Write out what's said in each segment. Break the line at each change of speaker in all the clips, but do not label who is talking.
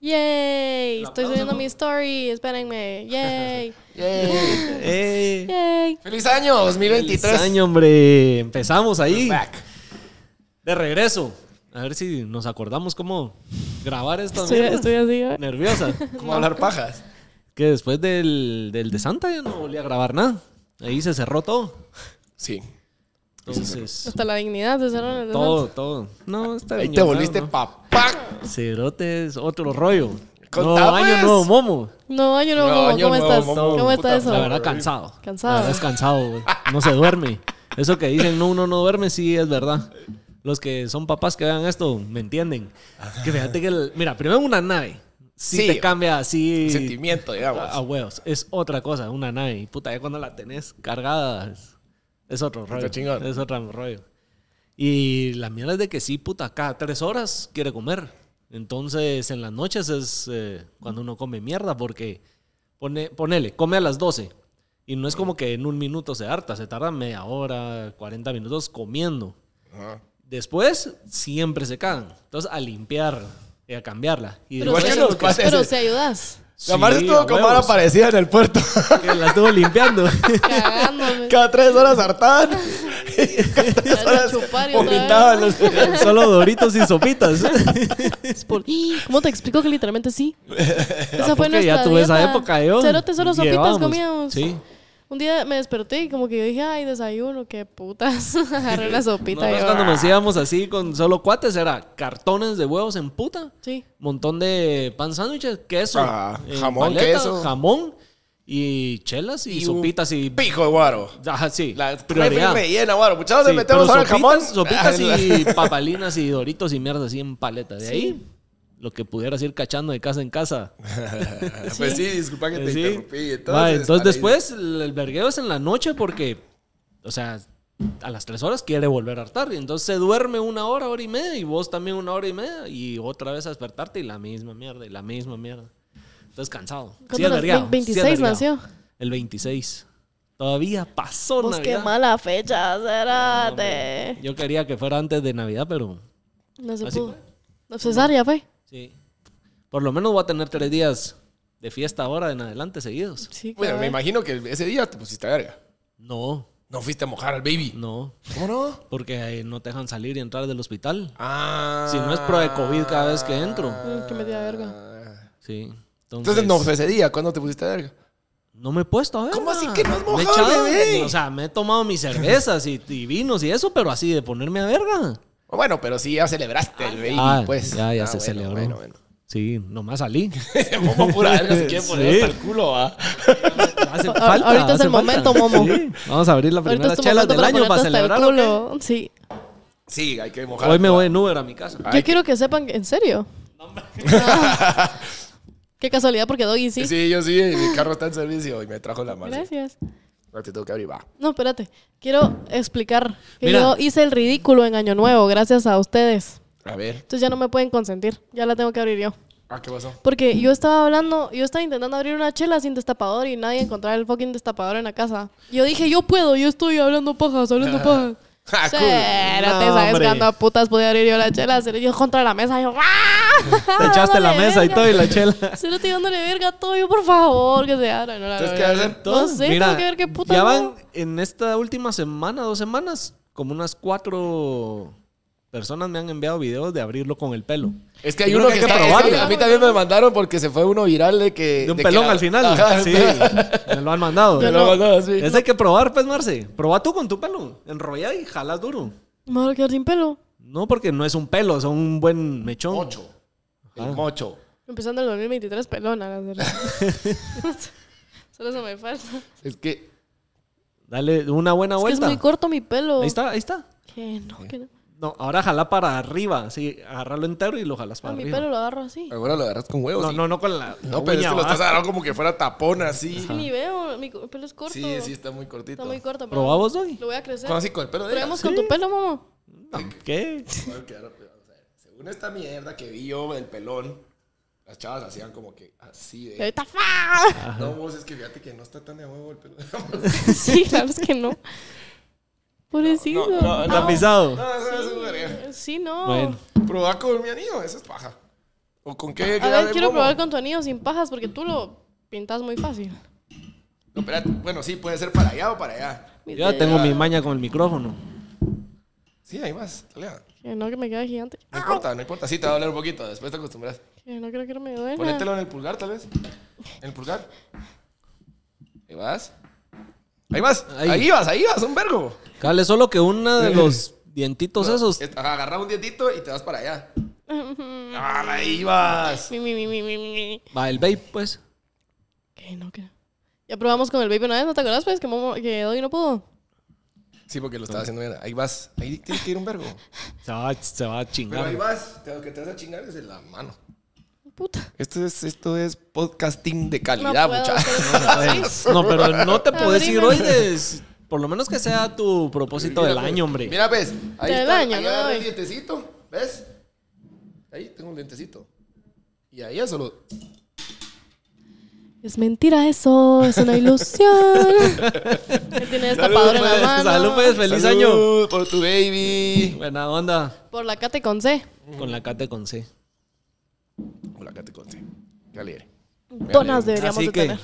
¡Yay! Estoy
Un aplauso,
subiendo
¿no?
mi story, espérenme. ¡Yay!
Yay.
¡Eh!
¡Yay!
¡Feliz año 2023!
¡Feliz año, hombre! Empezamos ahí.
Back.
De regreso. A ver si nos acordamos cómo grabar esta
Estoy, estoy así. ¿eh?
Nerviosa.
¿Cómo hablar pajas?
que después del, del de Santa ya no volví a grabar nada. Ahí se cerró todo.
Sí.
Entonces,
Hasta la dignidad se cerraron el
todo, todo. No, está
Ahí
bien.
te volviste
¿no?
papá.
Cerote es otro rollo.
Contá,
Nuevo año,
pues.
nuevo momo.
No, año nuevo,
No,
¿cómo,
año
¿cómo
nuevo,
estás?
momo,
¿Cómo está
puta,
eso?
La verdad, cansado.
Cansado.
La verdad es cansado, güey. No se duerme. Eso que dicen, no, uno no duerme, sí es verdad. Los que son papás que vean esto, me entienden. Que fíjate que, el- mira, primero una nave. Sí,
Sí.
te cambia así.
Sentimiento, digamos.
A, a huevos. Es otra cosa, una nave. Y puta, ya cuando la tenés cargada, es, es otro rollo.
chingón.
Es otro rollo. Y la mierda es de que sí, puta, cada tres horas quiere comer. Entonces, en las noches es eh, cuando uno come mierda, porque pone, ponele, come a las 12. Y no es como que en un minuto se harta, se tarda media hora, 40 minutos comiendo.
Ajá.
Después, siempre se cagan. Entonces, a limpiar y a cambiarla. Y
Pero
Igual
sí-
después-
que los cuates.
Pero si ayudas.
La Marce
Sí,
estuvo
a
como
huevos.
ahora aparecida en el puerto.
que la estuvo limpiando.
Cagándome.
Cada tres horas hartaban. Cada tres
Hasta
horas
chupar y otra vez.
vomitaban. los-
Solo doritos y sopitas.
Es por- ¿Cómo te explico que literalmente sí? Esa fue
Porque
nuestra
ya tuve esa
dieta.
época yo.
Cerote, solo sopitas
Llevábamos.
comíamos.
Sí.
Un día me desperté y como que yo dije, ay, desayuno, qué putas. Agarré la sopita y
Nosotros
yo,
cuando
"Ah".
nos íbamos así con solo cuates era cartones de huevos en puta,
Sí.
montón de pan sándwiches, queso,
Ah,
en
jamón, queso.
jamón y chelas y,
Y un
sopitas y
Pico de guaro.
ajá, sí,
La prioridad.
prioridad.
rellena, guaro. Muchachos,
Sí,
le metemos
pero
ahora el jamón. Ah,
sopitas, sopitas y papalinas y doritos y mierda así en paleta. De
Sí.
ahí, lo que pudieras ir cachando de casa en casa.
Pues sí, disculpa que te
Sí.
interrumpí.
Va,
Entonces,
entonces
para ir-
después el el vergueo es en la noche porque, o sea, a las tres horas quiere volver a hartar. Y entonces se duerme una hora, hora y media, y vos también una hora y media, y otra vez a despertarte y la misma mierda, y la misma mierda. Entonces cansado.
¿Cuándo
Sí, es
nas- ve-
vergueado, sí es
26
vergueado.
nació?
El 26. Todavía pasó
Pues qué
Navidad.
mala fecha, Cerate.
Yo quería que fuera antes de Navidad, pero
No se
Así
pudo.
fue.
No, cesárea fue.
sí. Por lo menos voy a tener tres días de fiesta ahora en adelante seguidos.
Sí,
Bueno, me
cabal.
imagino que ese día te pusiste verga.
No,
No fuiste a mojar al baby.
no.
¿Cómo no?
Porque eh, no te dejan salir y entrar del hospital.
Ah.
Si no es pro de COVID cada vez que entro.
Mm, qué metida verga.
Ah.
Sí. Entonces,
Entonces no fue ese día. ¿Cuándo te pusiste verga?
no me he puesto a ver.
¿Cómo
nada.
así que no has
Me he
mojado, bebé?
O sea, me he tomado mis cervezas y, y vinos y eso, pero así de ponerme a verga.
Bueno, pero sí ya celebraste el baby,
Ah,
pues.
ya, ya
Ah,
se
bueno,
celebró.
Bueno, bueno.
Sí, nomás salí.
Momo pura verga se quiere poner
Sí.
hasta el culo, ¿va?
Hace
A- ahorita es el momento, Momo.
Sí. Vamos a abrir la
Ahorita
primera
es tu
chela
momento
del año
ponerte
para
hasta el
celebrar.
culo. Sí.
Sí, hay que mojar.
Hoy me voy en Uber a mi casa.
Ay,
Yo quiero que sepan, que- en serio. Qué casualidad, porque Doggy sí.
Sí, yo sí, mi carro está en servicio y me trajo la mano.
Gracias.
Ahora te tengo que abrir, va.
No, espérate. Quiero explicar que
Mira.
yo hice el ridículo en Año Nuevo, gracias a ustedes.
A ver.
Entonces ya no me pueden consentir. Ya la tengo que abrir yo.
Ah, ¿qué pasó?
Porque yo estaba hablando, yo estaba intentando abrir una chela sin destapador y nadie encontraba el fucking destapador en la casa. Yo dije, yo puedo, yo estoy hablando pajas, hablando pajas.
Ah,
Sí,
cool.
no te
No,
sabes
hombre.
cuándo a putas podía abrir yo la chela. Se le dio contra la mesa. Yo, ¡ah!
Te echaste la
Dándole
mesa y
verga.
todo y la chela.
Se lo estoy dándole verga a todo. Yo, por favor, que se abra. No, la
Entonces, ¿qué
verdad.
hacer?
No sé, tengo que ver qué puta
Ya
no.
van en esta última semana, dos semanas, como unas cuatro personas me han enviado videos de abrirlo con el pelo.
Es que hay
Yo
uno
creo
que,
que hay
está-
que
es que
probarlo.
A mí también me mandaron porque se fue uno viral de que.
De un
que
pelón
la- Ah,
al final.
Ajá,
sí, me lo han mandado.
Me
Yo
lo
no.
mandaron así.
Es de que probar, pues, Marce. Proba tú con tu pelo. Enrolla y jalas duro.
Me voy a quedar sin pelo.
No, porque no es un pelo, es un buen mechón.
Mocho.
Ah.
El mocho.
Empezando el 2023, pelona, la verdad. Solo eso me falta.
Es que.
Dale una buena
Es que es
vuelta.
muy corto mi pelo.
ahí está, ahí está.
Que no, que no.
No, ahora jala para arriba. Sí, agarrarlo entero y lo jalas
Ah,
para
mi
arriba.
pelo lo agarro así.
Ahora lo agarras con huevos.
No,
sí.
no, no con la.
No,
la
pero es
uña,
que
¿va?
lo estás agarrando como que fuera tapón así.
Es que ni veo, mi co- pelo es corto.
Sí, sí, está muy cortito.
Está muy corto. pero
¿Probá vos hoy?
Lo voy a crecer.
¿Cómo así con el pelo de ella?
Probemos con tu pelo, momo.
No, ¿Qué?
Claro, claro, pero, o sea, Según esta mierda que vi yo del pelón, las chavas hacían como que así
Y
de.
ahorita, ¡fa!
No, vos es que fíjate que no está tan de huevo el pelón.
Sí, claro es que no. Pobrecito. Ah,
No, no,
Tapizado.
No, eso es una verga.
Sí, no.
Bueno.
Probá con mi anillo, eso es paja. ¿O con qué?
A
qué
ver,
de
quiero
pomo?
probar con tu anillo sin pajas porque tú lo pintas muy fácil.
No, espérate. Bueno, sí, puede ser para allá o para allá.
Mis
Yo ya
dedos.
tengo mi maña con el micrófono.
Sí, hay más. Lea.
Que no, que me queda gigante.
No importa, no importa. Sí, te va a doler un poquito. Después te acostumbras.
Que no creo que me duela.
Ponételo en el pulgar, tal vez. En el pulgar. Ahí vas. Ahí vas.
Ahí.
Ahí, vas, ahí vas, un vergo.
Cale, solo que uno de los dientitos esos.
Es- ajá, Agarra un dientito y te vas para allá. Ah, ahí vas.
Mi, mi, mi, mi, mi, mi.
Va, el vape, pues.
Que no, que. Ya probamos con el baby una vez, ¿no te acuerdas? Pues que, Momo- que Doggy no pudo.
Sí, porque lo estaba haciendo bien. Ahí vas. Ahí tienes que ir un vergo.
Se va, se va a
Pero ahí
chingar.
vas. Te- Lo que te vas a chingar es en la mano.
Puta.
Esto es, esto es podcasting de
No
calidad,
puedo
muchachos.
hacer eso así.
Pues, No, pero no te podés ir
Abrime.
hoy de... Por lo menos que sea tu propósito del
Mira,
año, hombre.
Mira, ves. Ahí
Del
está.
año,
ahí
¿no?
agarra el dientecito. ¿Ves? Ahí tengo un dientecito. Y ahí ya solo.
Es mentira eso, es una ilusión. Él tiene destapador en la
pues,
mano.
salud, pues, feliz año.
Salud Por tu baby.
Buena onda.
Por la cate con C.
Con la Cate con C.
Hola, acá te conté. Qué alegre.
Donas deberíamos
Así
de
que-
tener.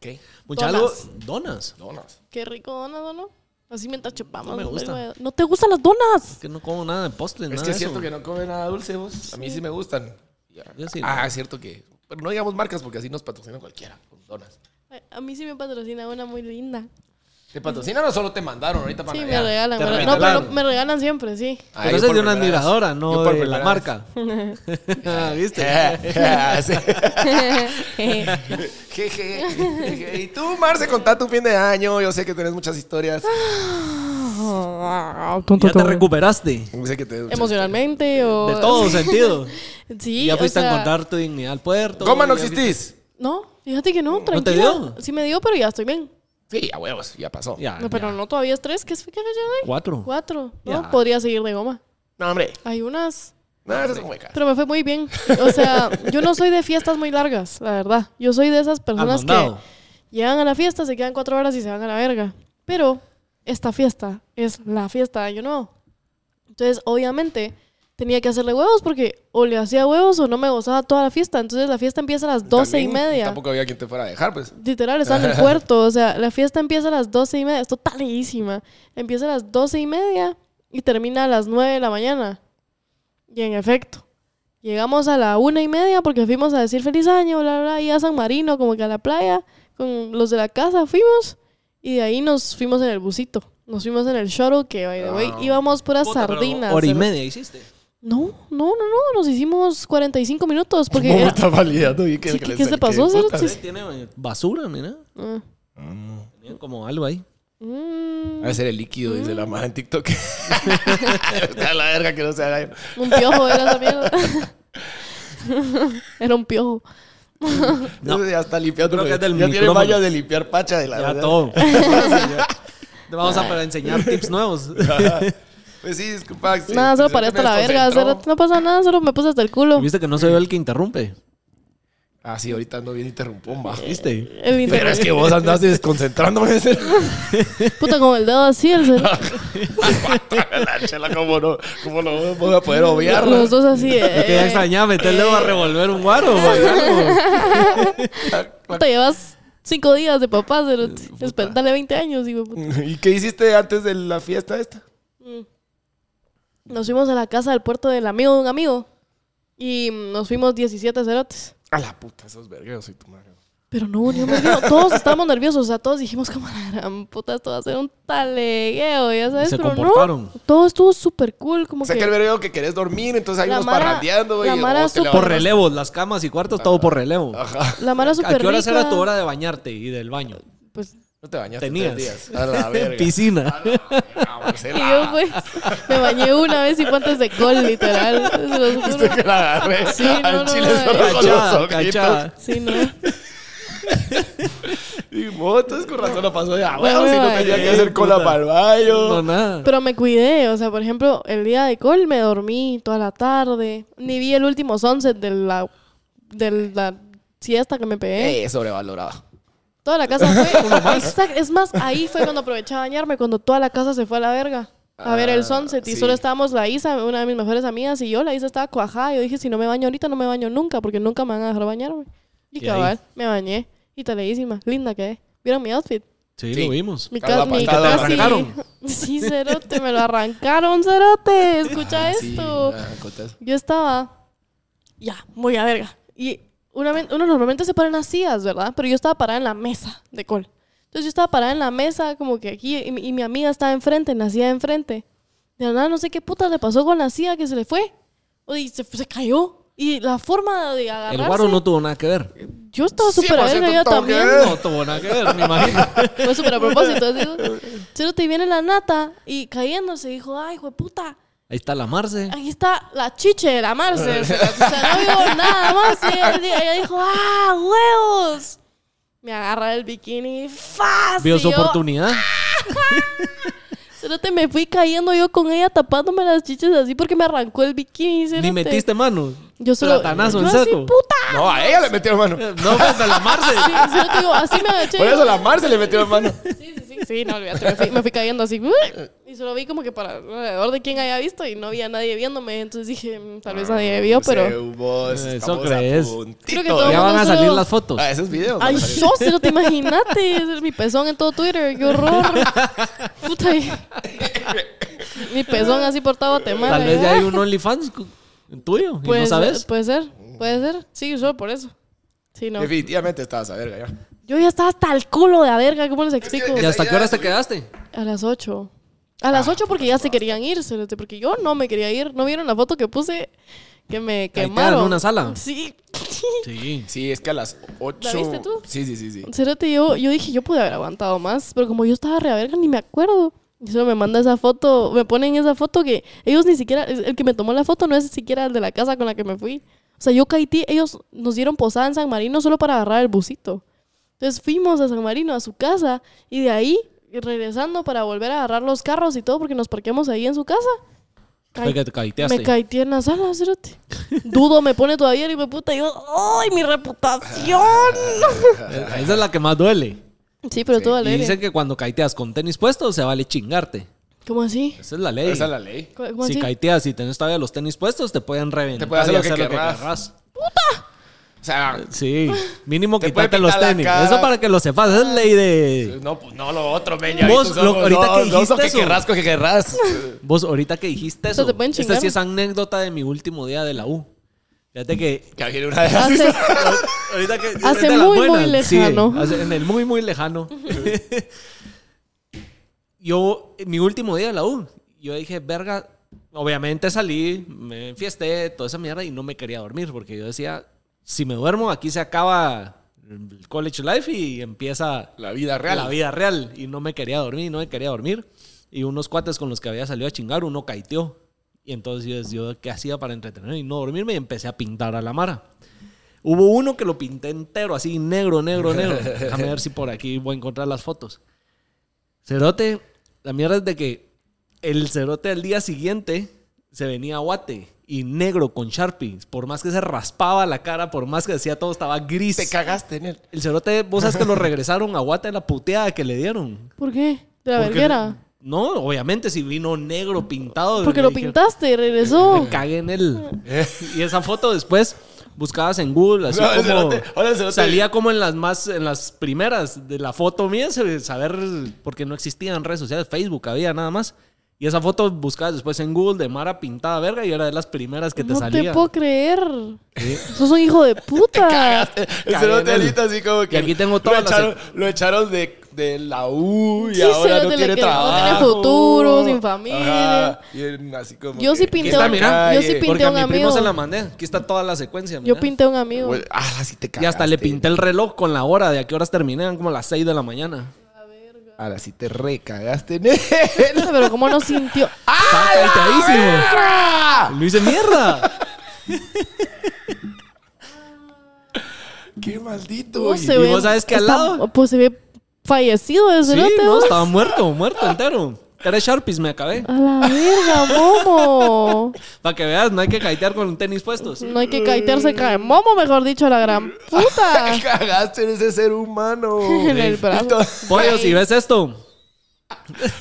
¿Qué?
Muchas
Donas.
gracias. Donas.
Donas.
Qué rico donas, ¿o ¿no? Así mientras chupamos.
No me
un
gusta.
vergo de- ¿No te gustan las donas?
Que no como nada de postres,
Es
nada
que
de
es cierto
eso.
que no come nada dulce vos. A mí sí me gustan. Ya.
Yo sí,
ah, es cierto que. Pero no digamos marcas porque así nos patrocina cualquiera con donas.
Ay, Eh, A mí sí me patrocina una muy linda.
¿Te patrocinan o solo te mandaron ahorita para
Sí, me
Navidad?
regalan.
Te
me regalan. No, pero
regalaron.
me regalan siempre, sí.
Ah,
Pero
yo
esa es
por
de una
primera vez.
admiradora,
Yo
no
por Eh.
de
primera
la
vez.
marca. Ah, ¿Viste?
Sí. Jeje. Jeje. Y tú, Marce, contá tu fin de año. Yo sé que tenés muchas historias.
Ya te recuperaste.
Yo sé que tenés muchas
Emocionalmente o...
De todo sentido.
Sí,
Y ya
o
fuiste
sea,
a encontrar tu dignidad al puerto.
¿Cómo no
ya
existís?
No, fíjate que no, tranquila.
te dio?
Sí me dio, pero ya estoy bien.
Sí, a huevos, ya pasó.
viste- Ya,
No, pero
Ah, ya.
no, todavía es tres. ¿Qué es que ya doy?
Cuatro.
Cuatro. No,
Ya.
podría seguir de goma.
No, hombre.
Hay unas...
No, esas son huecas.
Pero me fue muy bien. O sea, yo no soy de fiestas muy largas, la verdad. Yo soy de esas personas que
Abandonado.
llegan a la fiesta, se quedan cuatro horas y se van a la verga. Pero esta fiesta es la fiesta de Año Nuevo. Entonces, obviamente, tenía que hacerle huevos porque o le hacía huevos o no me gozaba toda la fiesta. Entonces, la fiesta empieza a las doce y
También,
media.
Tampoco había quien te fuera a dejar, pues.
Literal, está en el puerto. O sea, la fiesta empieza a las doce y media. Esto está leísima. Empieza a las doce y media y termina a las nueve de la mañana. Y en efecto, llegamos a la una y media porque fuimos a decir feliz año, bla, bla, bla, y a San Marino, como que a la playa, con los de la casa fuimos. Y de ahí nos fuimos en el busito. Nos fuimos en el shuttle que, by the way,
Ah.
íbamos puras
Puta, pero
sardinas.
Hora y media hiciste.
No, no, no, no. Nos hicimos 45 minutos porque...
¿Cómo está validando? ¿Qué, eh?
Sí, ¿qué- qué se pasó, cerote? Sí.
Tiene basura, mira.
Ah.
Tenía como algo ahí.
Mm,
a ser el líquido, dice la madre en TikTok. Está la verga que no se haga.
Un piojo era esa mierda. era un piojo.
No.
Entonces ya está limpiando.
Creo que
porque
es del
ya tiene
micrófono.
baño de limpiar pacha de la
Ya
verdad.
todo. Te vamos a para enseñar tips nuevos.
Pues sí, disculpa. sí,
nada, solo
sí,
para
me
esta la verga.
desconcentró.
cerote, No pasa nada, solo me puse hasta el culo.
¿Viste que no se ve el que interrumpe?
Ah, sí, ahorita ando bien interrumpón, va.
¿Viste?
El
Pero
internet.
es que vos andás desconcentrándome. ese-
Puta, con el dedo así, el cerote.
la chela, ¿cómo no? ¿Cómo no voy a poder obviar?
Los dos así.
Lo que ya
Eh.
extrañaba, meter el dedo a revolver un guaro. o algo.
Puta, llevas cinco días de papá,
Eh,
cerote. Espera, dale 20 años, hijo de puta.
¿Y qué hiciste antes de la fiesta esta? Mm.
Nos fuimos a la casa del puerto del amigo de un amigo. Y nos fuimos 17 cerotes.
A la puta, esos vergueros soy tu madre.
Pero no hubo ni un vergueo. Todos estábamos nerviosos. O sea, todos dijimos, como la gran puta, esto va a ser un talegueo, ya sabes.
se
pero
comportaron.
no. Todo estuvo súper cool. Como
O sea,
que
que el verguero que querés dormir, entonces ahí
La
nos
Mara-
parrandeando.
la
y-
Mara
o te
super-
Por
levantas-
relevos, las camas y cuartos, todo por relevo.
Ajá.
la mara súper
¿A qué hora
rica.
era tu hora de bañarte y del baño?
Pues,
No te bañaste
Tenías.
tres días. A la
En
verga.
piscina.
Ah,
y yo
Marcela.
pues me bañé una vez y fue antes de col, literal. Se los juro.
Viste que la agarré.
Sí, no,
Al
no,
chile
no,
solo con los
Cachada,
ojitos.
cachada.
Sí, no.
Y motos con razón lo pasó de ah,
No
bueno,
me
si no
bañé,
tenía que hacer cola
puta.
para el baño.
No, nada.
Pero me cuidé. O sea, por ejemplo, el día de col me dormí toda la tarde. Ni vi el último sunset de la, de la siesta que me pegué.
Eh, sobrevalorado.
Toda la casa fue. Exacto, Es más, ahí fue cuando aproveché a bañarme, cuando toda la casa se fue a la verga. A ver, el
Ah,
sunset. Y
sí.
solo estábamos la Isa, una de mis mejores amigas, y yo. La Isa estaba cuajada. Yo dije, si no me baño ahorita, no me baño nunca, porque nunca me van a dejar bañarme. Y
Y ahí.
cabal, me bañé. Y taleísima. Linda que ¿Vieron mi outfit?
Sí,
Sí.
lo vimos.
Mi,
Te
ca-
lo
mi
arrancaron.
casi...
Te lo arrancaron.
Sí, cerote. Me lo arrancaron, cerote. Escucha
Ah, sí,
esto.
ah, contás.
Yo estaba. Ya, muy a verga. Y una, men- uno normalmente se para en las sillas, ¿verdad? Pero yo estaba parada en la mesa de col. Entonces yo estaba parada en la mesa, como que aquí, y, mi- y mi amiga estaba enfrente, en la silla de enfrente. De la nada, no sé qué puta le pasó con la silla que se le fue. O- Y se, se cayó. Y la forma de agarrarse.
El guaro no tuvo nada que ver.
Yo estaba súper a
100%
verga, yo
tengo que
también.
ver.
No tuvo nada que ver, me imagino.
Fue súper a propósito. así. Pero te viene la nata y cayéndose dijo, ay, jueputa puta.
Ahí está la Marce.
Aquí está la chiche de la Marce. O sea, no digo nada más. Y ella, di- ella dijo, ¡ah, huevos! Me agarra el bikini. ¡Fácil!
Vio su oportunidad.
Cerote, me fui cayendo yo con ella tapándome las chiches así porque me arrancó el bikini. Cerote.
Ni metiste mano.
Yo solo.
Platanazo
yo
en
así,
seco.
puta.
No, a ella le metió mano.
No, pues a la Marce.
Sí, cerote, digo, así me agaché.
Por
yo.
eso la Marce le metió mano.
Sí, sí, sí, sí, no olvídate. Me fui, me fui cayendo así. ¡uh! Y solo vi como que para alrededor de quien haya visto y no había nadie viéndome. Entonces dije, mm, tal vez nadie vio, pero.
Eso
Eso
crees.
crees.
Creo que todo-
Ya van a
Solo-
salir las fotos.
Ah, esos videos.
Ay,
¿no?
yo, se lo te imaginaste. Ese es Mi pezón en todo Twitter, qué horror. Puta. y- Mi pezón así por toda Guatemala.
Tal vez
¿eh?
ya hay un OnlyFans cu- tuyo y
Puede
no
ser-
sabes.
Puede ser, puede ser. Sí, solo por eso. Sí, no.
Definitivamente estabas a verga ya.
Yo ya estaba hasta el culo de la verga, ¿cómo les explico?
que-
¿Y hasta
Esa
qué horas
ya
te quedaste?
A las 8. A las 8 porque ya se querían ir, cerote, porque yo no me quería ir. ¿No vieron la foto que puse? Que me
te
quemaron.
en una sala.
Sí.
Sí.
Sí, es que a las 8.
¿La viste tú?
Sí, sí, sí, sí.
Cerote, yo, yo dije, yo pude haber aguantado más, pero como yo estaba re a verga, ni me acuerdo. Y solo me manda esa foto, me ponen esa foto que ellos ni siquiera, es- el que me tomó la foto no es siquiera el de la casa con la que me fui. O sea, yo caí, ellos nos dieron posada en San Marino solo para agarrar el busito. Entonces fuimos a San Marino, a su casa, y de ahí, regresando para volver a agarrar los carros y todo, porque nos parqueamos ahí en su casa. Cai-
Fue que te caiteaste.
me caí en la sala, cerote. Dudo me pone todavía y me puta, y yo, ¡ay, mi reputación!
Esa es la que más duele.
Sí, pero todo
Y
alegre.
dicen que cuando caiteas con tenis puestos se vale chingarte.
¿Cómo así?
Esa es la ley.
Esa es la ley.
¿Cómo cómo
si
así?
caiteas y tenés todavía los tenis puestos, te pueden reventar.
Te puede hacer
y
lo que querrás. O sea,
Sí. Mínimo
Te
quitarte
puede
los
pintar la
tenis.
cara.
Eso para que lo sepas. Esa es ley de.
no, pues, no lo otro, meña.
Vos,
Vos,
lo- ahorita que dijiste
que
eso.
querrás, que querrás.
Vos, ahorita que dijiste
Eso
eso.
te pueden
Esta
chingar.
sí es anécdota de mi último día de la U. Fíjate que
Que viene una de esas.
Hace-
Ahorita que
Hace
de las
muy, muy
buenas, sí,
lejano.
hace- en el muy, muy lejano. yo, en mi último día de la U, yo dije, verga, obviamente salí, me enfiesté, toda esa mierda y no me quería dormir porque yo decía, si me duermo, aquí se acaba el college life y empieza
La vida real.
la vida real. Y no me quería dormir, no me quería dormir. Y unos cuates con los que había salido a chingar, uno caiteó. Y entonces yo, yo qué hacía para entretener y no dormirme y empecé a pintar a la mara. Hubo uno que lo pinté entero, así negro, negro, negro. Déjame ver si por aquí voy a encontrar las fotos. Cerote, la mierda es de que el cerote al día siguiente se venía a guate y negro con Sharpie. Por más que se raspaba la cara, por más que decía todo, estaba gris.
Te cagaste en él.
El cerote, vos sabes que lo regresaron a Guate la puteada que le dieron.
¿Por qué? ¿De la
Porque-
verguera?
No, obviamente si vino negro pintado.
Porque
le
lo
dijeron,
pintaste y regresó.
Me cagué en él. y esa foto después buscabas en Google, así
Eh. No, el
como
cerote- ahora el cerote-
salía como en las más, en las primeras de la foto mía, se- saber porque no existían redes sociales, Facebook había nada más. Y esa foto buscabas después en Google de Mara pintada verga y era de las primeras que te
no
salía.
te puedo creer. Sos un hijo de puta.
El cerote ahorita así como que.
Y aquí tengo todas
lo
las-
echaron, lo echaron de, de la U y
Sí,
ahora no
cerote, le
tiene
que no tiene
trabajo.
futuro, sin familia.
Ajá, y él así como
Yo
que-
sí
que
pinté
está
un-
en
mira,
yo
calle.
sí pinté
Porque a
un
mi
amigo.
primo se la mandé. Aquí está toda la secuencia.
Yo
mira.
pinté a un amigo.
Güey, Ah, sí te cagaste.
Y hasta le pinté el reloj con la hora de a qué horas terminé, eran como las 6 de la mañana.
Ahora sí te recagaste en él.
Pero cómo no sintió.
Estaba caiteadísimo.
¡Ah!
Lo hice mierda.
¡Qué maldito!
¿Cómo
oye.
se
y
ve?
vos sabes que al
Está-
lado-
Pues se ve fallecido ese
Sí,
cerote,
no,
vos.
estaba muerto, muerto entero. Tres Sharpies me acabé.
A la verga, momo.
Para que veas, no hay que caitear con tenis puestos.
No hay que caitearse, cae momo, mejor dicho, la gran puta.
Cagaste en ese ser humano.
en el brazo.
Esto-
Pollo, si ves esto,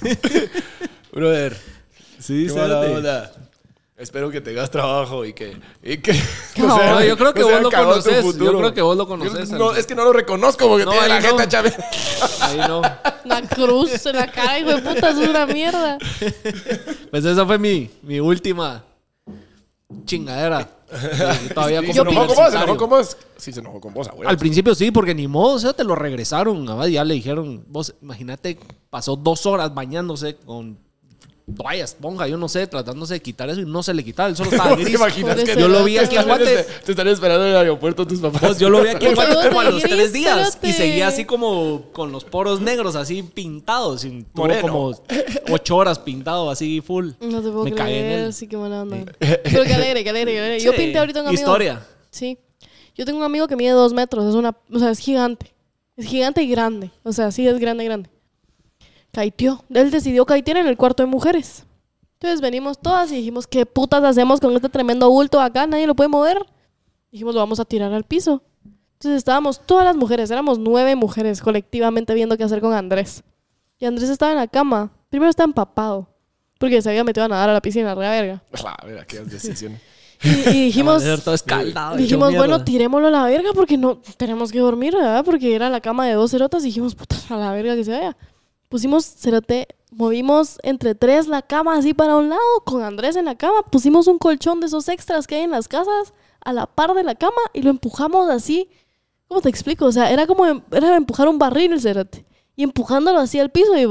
Brother,
Sí,
Qué mala
cerote.
onda. Espero que tengas trabajo y que. y que-
No,
no, yo creo que vos
sea
lo
cagón tu
conoces, yo
futuro.
creo que vos lo conoces,
Yo-
Andrés.
No, es que no lo reconozco porque
No,
tiene la
ahí no.
jeta chave.
Ahí no.
Una cruz en la cara, hijo de puta, eso es una mierda.
Pues esa fue mi, mi última chingadera. Y Todavía como
¿Se enojó con vos? ¿Se enojó
universitario.
con vos? Pues, Sí, se enojó con vos, abuelo.
Al principio sí, porque ni modo, o sea, te lo regresaron. ¿verdad? Ya le dijeron, vos, imagínate, pasó dos horas bañándose con toalla, esponja, yo no sé, tratándose de quitar eso y no se le quitaba, él solo estaba
¿Vos te
gris.
imaginas
Pobre
que
cerote.
Yo lo vi
te
aquí en
están,
Guate.
te están esperando en el aeropuerto tus papás?
Pues yo lo vi aquí en Guate
Pero
como a los
gris,
tres días
cerote.
y seguía así como con los poros negros, así pintados. Y tuvo
Moreno.
como ocho horas pintado, así full.
No te puedo
Me cagué en
creer,
él.
sí, qué mala onda. Pero qué alegre, qué alegre, qué alegre. Yo
Sí.
pinté ahorita un amigo.
Historia.
Sí. Yo tengo un amigo que mide dos metros, es una, o sea, es gigante. Es gigante y grande. O sea, sí, es grande, grande. Caiteó. Él decidió caitear en el cuarto de mujeres. Entonces venimos todas y dijimos, ¿qué putas hacemos con este tremendo bulto acá? Nadie lo puede mover. Dijimos, lo vamos a tirar al piso. Entonces estábamos todas las mujeres, éramos nueve mujeres colectivamente viendo qué hacer con Andrés. Y Andrés estaba en la cama. Primero estaba empapado, porque se había metido a nadar a la piscina, re verga.
A ver, aquellas decisiones.
Y, y dijimos,
Amanecer todo escaldado, hecho
dijimos
mierda.
bueno, tirémoslo a la verga porque no tenemos que dormir, ¿verdad? Porque era la cama de dos cerotas y dijimos, puta, a la verga que se vaya. Pusimos cerote, movimos entre tres la cama así para un lado, con Andrés en la cama, pusimos un colchón de esos extras que hay en las casas a la par de la cama y lo empujamos así. ¿Cómo te explico? O sea, era como em- era empujar un barril el cerote. Y empujándolo así al piso y...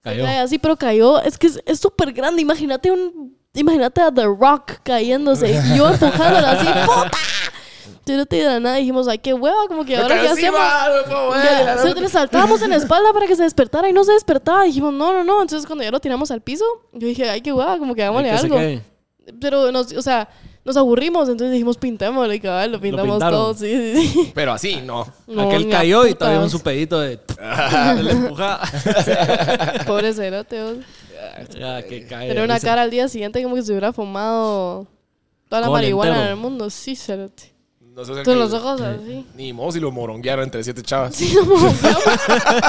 Cayó.
Cae así, pero cayó. Es que es es súper grande. Imagínate un. Imagínate a The Rock cayéndose. Y yo empujándola así. ¡Puta! Yo no te de la nada. Dijimos, ay, qué hueva, como que ahora qué hacemos.
pues,
Ya, se- le saltábamos en la espalda para que se despertara y no se despertaba. Dijimos, no, no, no. Entonces, cuando ya lo tiramos al piso, yo dije, ay, qué hueva, como que hagámosle
Que se
algo.
quede.
Pero, nos, o sea, nos aburrimos. Entonces dijimos, pintémoslo y cabal, lo pintamos
pintaron.
todo. Sí, sí, sí.
Pero así, no.
No,
Aquel
ni a
cayó y todavía un
putas.
su pedito de. de la empujada.
Pobre cerote. vos.
Ya, Ah, que cae.
Tener una
Dice,
cara al día siguiente como que se hubiera fumado toda la
Todo el
marihuana
entero.
del mundo. Sí, cerote.
No sos el
Con
que-
los ojos así.
Ni modo si lo moronguearon entre siete chavas.
Sí, nos volteamos.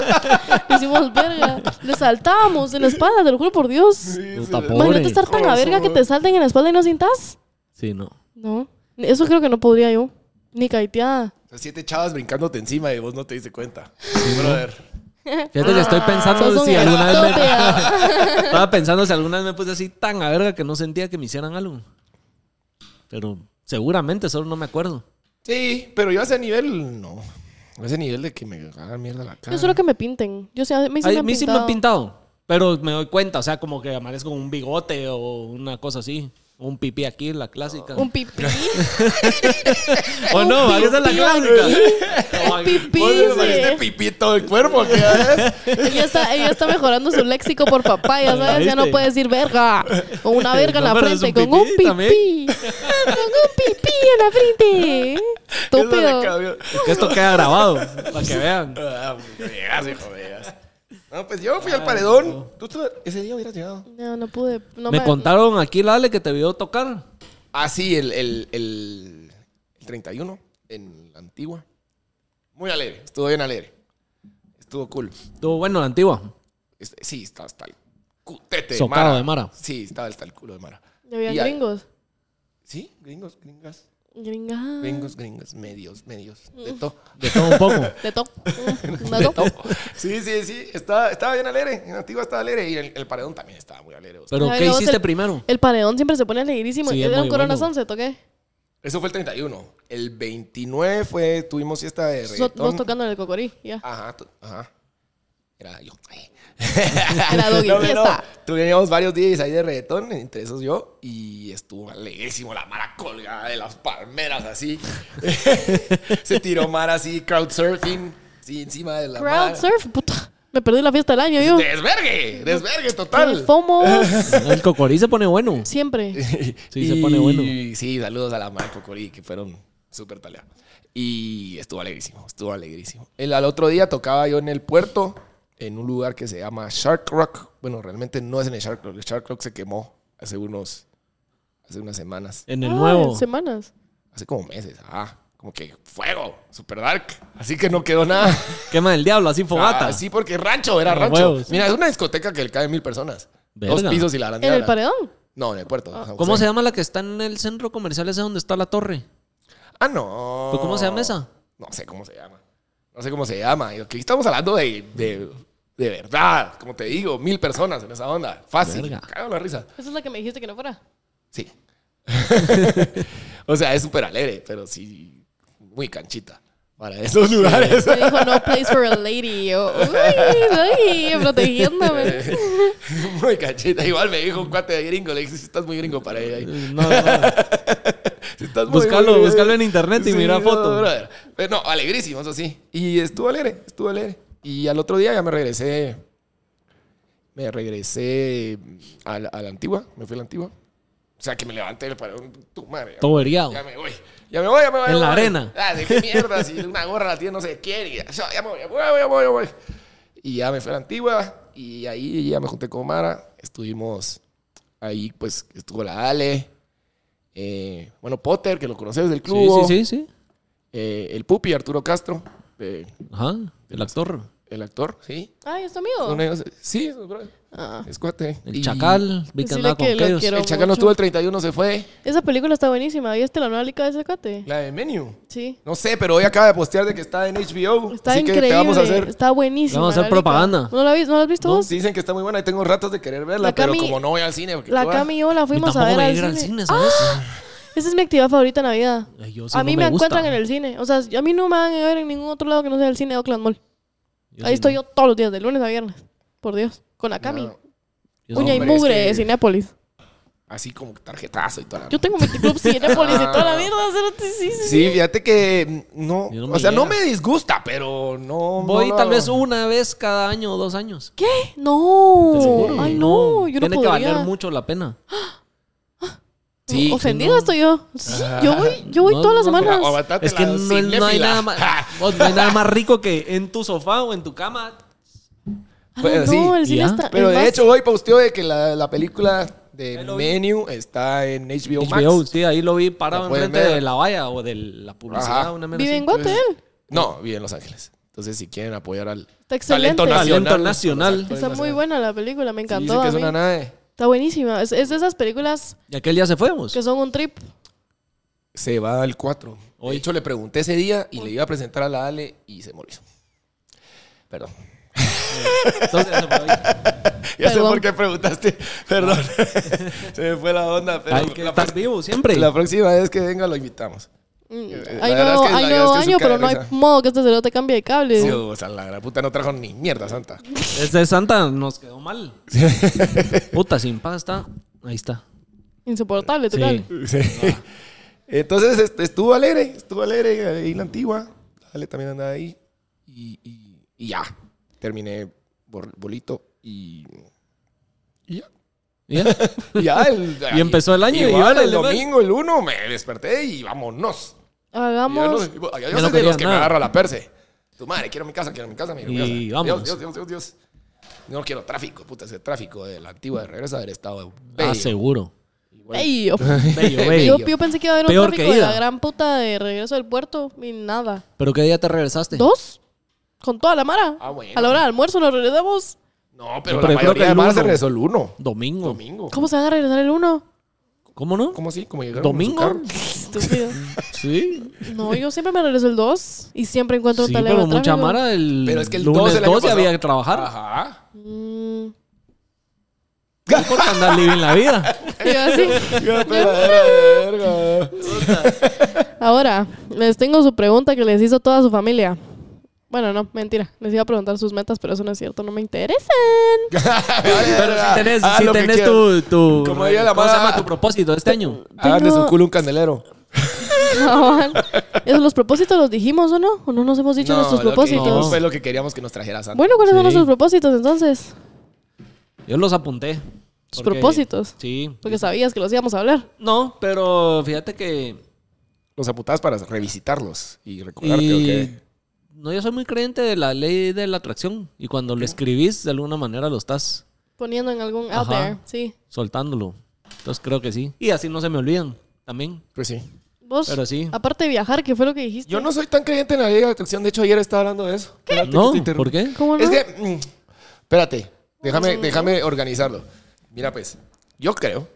Hicimos verga. Le saltábamos en la espalda, te lo juro por Dios.
Puta,
sí.
pobre.
Imagínate estar tan a
Corazón.
verga que te salten en la espalda y no sientas.
Sí, no.
No. Eso creo que no podría yo. Ni caiteada.
O sea, siete chavas brincándote encima y vos no te diste cuenta. Brother.
Fíjate que estoy
Ah, Sos
pensando
un
si Ah, alguna vez me.
estúpido.
Estaba pensando si alguna vez me puse así tan a verga que no sentía que me hicieran algo. Pero seguramente, solo no me acuerdo.
Sí, pero yo a ese nivel, no. A ese nivel de que me hagan mierda la cara.
Yo solo que me pinten. Yo sí, a mí sí
Ay,
me
a
han
mí sí me han
pintado.
pintado. Pero me doy cuenta, o sea, como que amanezco con un bigote o una cosa así. Un pipí aquí, la clásica.
Un pipí.
¿O no?
un
¿A esa es la
pipí
clásica?
Un pipí.
¿Vos
sí.
le saliste pipí todo el cuerpo? ¿Qué haces?
Ella está, ella está mejorando su léxico por papá, ya sabes, ya no
Ah, ¿Viste?
puede decir verga. O una verga en
No,
la
pero es
frente,
un
con un
pipí
pipí. Ah,
también.
Con un pipí en la frente.
Eso le
Estúpido.
cambió.
Que esto queda grabado, para que vean.
Ah, veas, hijo, veas. No, pues yo fui
Ah,
al paredón. Tú, tú- ese día hubieras llegado.
No, no pude. No
me contaron aquí, Lale, que te vio tocar.
Ah, sí, el, el, el, el 31 en la antigua. Muy alegre, estuvo bien alegre. Estuvo cool.
Tú, bueno, la antigua.
Es- Sí, estaba hasta el cutete de
Socado
Mara.
de Mara.
Sí, estaba hasta el culo de Mara.
Ya habían
Y a-
gringos.
Sí, gringos, gringas.
Gringas.
Gringos, gringas, medios, medios. De todo.
De todo un poco.
De todo. De todo.
Sí, sí, sí. Estaba, estaba bien alegre. En Antigua estaba alegre. Y el, el paredón también estaba muy alegre. o sea.
Pero,
Ay,
¿qué
luego
hiciste
se-
primero?
El paredón siempre se pone alegrísimo.
Sí, es
¿Era un
muy
Corona
bueno.
11 toqué?
Eso fue el 31. El 29 fue, tuvimos fiesta de
So- Vos
reggaetón.
tocando en el cocorí, ya.
Ajá, tú- ajá. Era yo.
Era Doggy,
No, no,
fiesta.
no. Tuvimos varios días ahí de reggaetón, entre esos yo, y estuvo alegrísimo la Mara colgada de las palmeras así. Se tiró Mara así, crowd surfing, sí, encima de la
Crowd
Mara.
surf, puta. Me perdí la fiesta del año, yo.
Desvergue, desvergue
El
total.
FOMO
El cocorí se pone bueno.
siempre.
Sí, se pone bueno.
Y Sí, saludos a la Mara Cocorí, que fueron súper tarea. Y estuvo alegrísimo, estuvo alegrísimo. El, al otro día tocaba yo en el puerto, en un lugar que se llama Shark Rock. Bueno, realmente no es en el Shark Rock, el Shark Rock se quemó hace unos, hace unas semanas,
En el
Ah,
nuevo.
Semanas.
hace como meses, ah, como que fuego, super dark. Así que no quedó nada.
Quema del diablo, así fogata.
Ah, sí, porque rancho, era
Como
rancho.
huevos.
Mira, es una discoteca que le caen mil personas. Dos
Verga.
pisos y la gran
En el Ah.
diabla.
paredón.
No, en el puerto. Ajá,
¿Cómo
sí.
se llama la que está en el centro comercial ese donde está la torre?
Ah, no.
¿Pero cómo se llama esa?
No sé cómo se llama. No sé cómo se llama. Y Aquí estamos hablando de, de, de verdad. Como te digo, mil personas en esa onda. Fácil.
Verga.
Cago en la risa.
Esa es la que me dijiste que no fuera.
Sí. o sea, es súper alegre, pero sí, muy canchita para esos lugares.
Me dijo, no place for a lady. Y yo, uy, uy, protegiéndome.
muy canchita. Igual me dijo un cuate de gringo. Le dije, si estás muy gringo para ella. ahí.
No, no.
Si estás muy-
Búscalo,
muy-
búscalo en internet y
Sí,
mira
no,
foto.
brother. Pero no, alegrísimo, eso sí. Y estuvo alegre, estuvo alegre. Y al otro día ya me regresé. Me regresé a la, a la antigua, me fui a la antigua. O sea, que me levanté del paredón, tu madre.
Todo veriado.
Ya me voy. Ya me voy, ya me voy.
En
ya
la
me voy.
arena.
Ah, de qué mierda, si una gorra la tiene no se quiere. Ya, ya me voy, ya me voy, ya me voy, ya me voy. Y ya me fui a la antigua y ahí ya me junté con Mara. Estuvimos ahí, pues estuvo la Ale. eh, bueno, Potter, que lo conoces del
Sí,
club.
sí, sí, sí.
eh, el Pupi, Arturo Castro, eh,
Ajá, el actor.
el actor, sí.
Ay, ¿es tu
Uno de
amigo?
ellos- sí, es brother,
Ah.
es cuate.
El
Y
chacal, vi que
Decirle
andaba con
que lo
aquellos.
quiero.
El chacal no
mucho.
estuvo el 31, se fue.
Esa película está buenísima. ¿Viste la nueva lica de ese cuate?
La de Menu.
Sí.
No sé, pero hoy acaba de postear de que está en HBO.
Está
así
increíble.
que te vamos a hacer.
Está buenísima.
Vamos a hacer
la lica.
propaganda.
¿No la, vi- no la has visto
No,
vos?
sí dicen que está muy buena y tengo ratos de querer verla,
La
pero
Cami-
como no voy al cine. Porque ah,
La
tú vas-
Cami y yo la fuimos a ver
voy
al
ir
cine.
al cine, ¿sabes?
Esa es mi actividad favorita en la vida.
Ay, yo sí
a
no
mí
me
me,
gusta.
encuentran en el cine. O sea, a mí no me van a ver en ningún otro lado que no sea el cine de Oakland Mall.
Yo
Ahí
sí
estoy
no.
yo todos los días, de lunes a viernes. Por Dios. Con la Cami.
No,
Yo sí
Uña y
hombre, es
mugre
que-
de Cinépolis.
así como tarjetazo y toda la.
Yo tengo mi club Cinépolis y toda la mierda. cerote, Sí, sí.
Sí, fíjate que mm, no.
Yo no me
o sea, no
llega.
me disgusta, pero no.
Voy
no
tal
lo-
vez una vez cada año o dos años.
¿Qué? No.
juro.
Ay, no. Yo no
Tiene
podría.
que valer mucho la pena.
Sí, Ah.
Ofendida estoy yo. Sí, yo voy, yo voy
No,
todas las
no, mira,
semanas.
Mira, aguantate
Es que
la
no, no hay
cinéfila.
nada más, vos, no hay nada más rico que en tu sofá o en tu cama.
Ah,
Pues,
no,
sí,
el cine
ya.
está.
Pero
es
de
más-
hecho, hoy posteó de que la, la película de
Hello.
Menu está en HBO,
HBO,
Max.
sí, ahí lo vi
Lo
parado
pueden
enfrente
ver.
de la valla o de la publicidad.
Ajá.
Una mierda
Vive
así.
pues.
en Guate él.
No, vive en Los Ángeles. Entonces, si quieren apoyar al
Está excelente.
talento nacional.
Talento nacional.
Los actores
Está muy
nacionales.
buena la película, me
Sí,
encantó.
dice que
a
es
mí.
una nave.
Está buenísima. Es, es de esas películas
Y aquel día se fuimos.
que son un trip.
Se va al 4. De
Hoy.
hecho, le pregunté ese día y le iba a presentar a la Ale y se murió. Perdón.
Entonces, se fue ahí.
Ya sé
Perdón.
por qué preguntaste. Perdón. se me fue la onda. Pero
Hay que
la,
estar
pro-
vivo siempre.
la próxima vez que venga lo invitamos.
Mm,
Eh,
Hay
la verdad
nuevo,
es que-
hay nuevo
la verdad es que
año,
es un
pero no hay
cagadero.
modo que este cerote cambie de cable.
Sí, o sea, la gran puta no trajo ni mierda, santa.
Ese Santa nos quedó mal. Puta, sin pasta. Ahí está.
Insoportable, tu
Sí.
cable.
Sí. Entonces este, estuvo alegre, estuvo alegre ahí la antigua. Ale también andaba ahí. Y, y- y ya. Terminé bol- bolito y. Y ya.
¿Ya?
Y, ya, el-
Y empezó el año, y
Igual,
órale,
el
pues.
domingo, el 1, me desperté y vámonos. Y ya
Hagamos.
no- yo
Ya no
soy de
quería
los que me
nada.
agarra la perse. Tu madre, quiero mi casa, quiero mi casa, mi
Y
casa. Dios,
vámonos.
Dios, Dios, Dios, Dios. No quiero tráfico, puta, ese tráfico de la antigua de regreso haber estado bello.
Ah, seguro.
Igual-
Bello.
Bello,
Yo,
bello.
yo pensé que iba a haber un
Peor
tráfico
que
de la
ida.
gran puta de regreso del puerto y nada.
¿Pero qué día te regresaste?
¿Dos? Con toda la mara.
Ah, bueno.
A la hora del almuerzo nos regresamos.
No, pero,
No, pero yo
la
creo
mayoría
que
de
el
Mara se
uno.
regresó el 1.
Domingo.
Domingo.
¿Cómo se van a regresar el uno?
¿Cómo no?
¿Cómo así? ¿Cómo llegaron? en
¿Domingo?
su carro?
Estúpido.
Sí.
No, yo siempre me regreso el 2 y siempre encuentro
Sí,
un talento.
pero mucha mara el
Pero es que el
lunes
12
12,
del año pasado-
había que trabajar.
Ajá.
Mm.
No importa andar living la vida.
Ah, verga.
Ahora, les tengo su pregunta que les hizo toda su familia. Bueno, no, mentira. Les iba a preguntar sus metas, pero eso no es cierto. No me interesan.
Pero si tenés,
Ah,
si
lo que
tenés
quieran.
tu, tu
Como diría la
¿cómo se
mara-
llama tu propósito este año?
Hagan Ah, de
Tengo-
su culo un candelero.
Cabal. ¿Esos los propósitos los dijimos o no? ¿O no nos hemos dicho nuestros
lo que-
propósitos?
no, fue lo que queríamos que nos trajera Santa.
Bueno, ¿cuáles son
Sí.
nuestros propósitos entonces?
Yo los apunté.
Tus
Porque-
propósitos.
Sí.
Porque sabías que los íbamos a hablar.
No, pero fíjate que...
Los apuntabas para revisitarlos y recordarte,
y-
¿o qué?
No, yo soy muy creyente de la ley de la atracción. Y cuando lo escribís, de alguna manera lo estás
Poniendo en algún out
Ajá.
there. Sí.
soltándolo. Entonces creo que sí. Y así no se me olvidan también.
Pues sí.
Vos,
Pero sí.
aparte de viajar, que fue lo que dijiste.
Yo no soy tan creyente en la ley de atracción. De hecho, ayer estaba hablando de eso. Espérate que
No,
te
¿por
interrumpo.
qué?
¿Cómo no?
Es que, mm, espérate, déjame, déjame organizarlo. Mira, pues, yo creo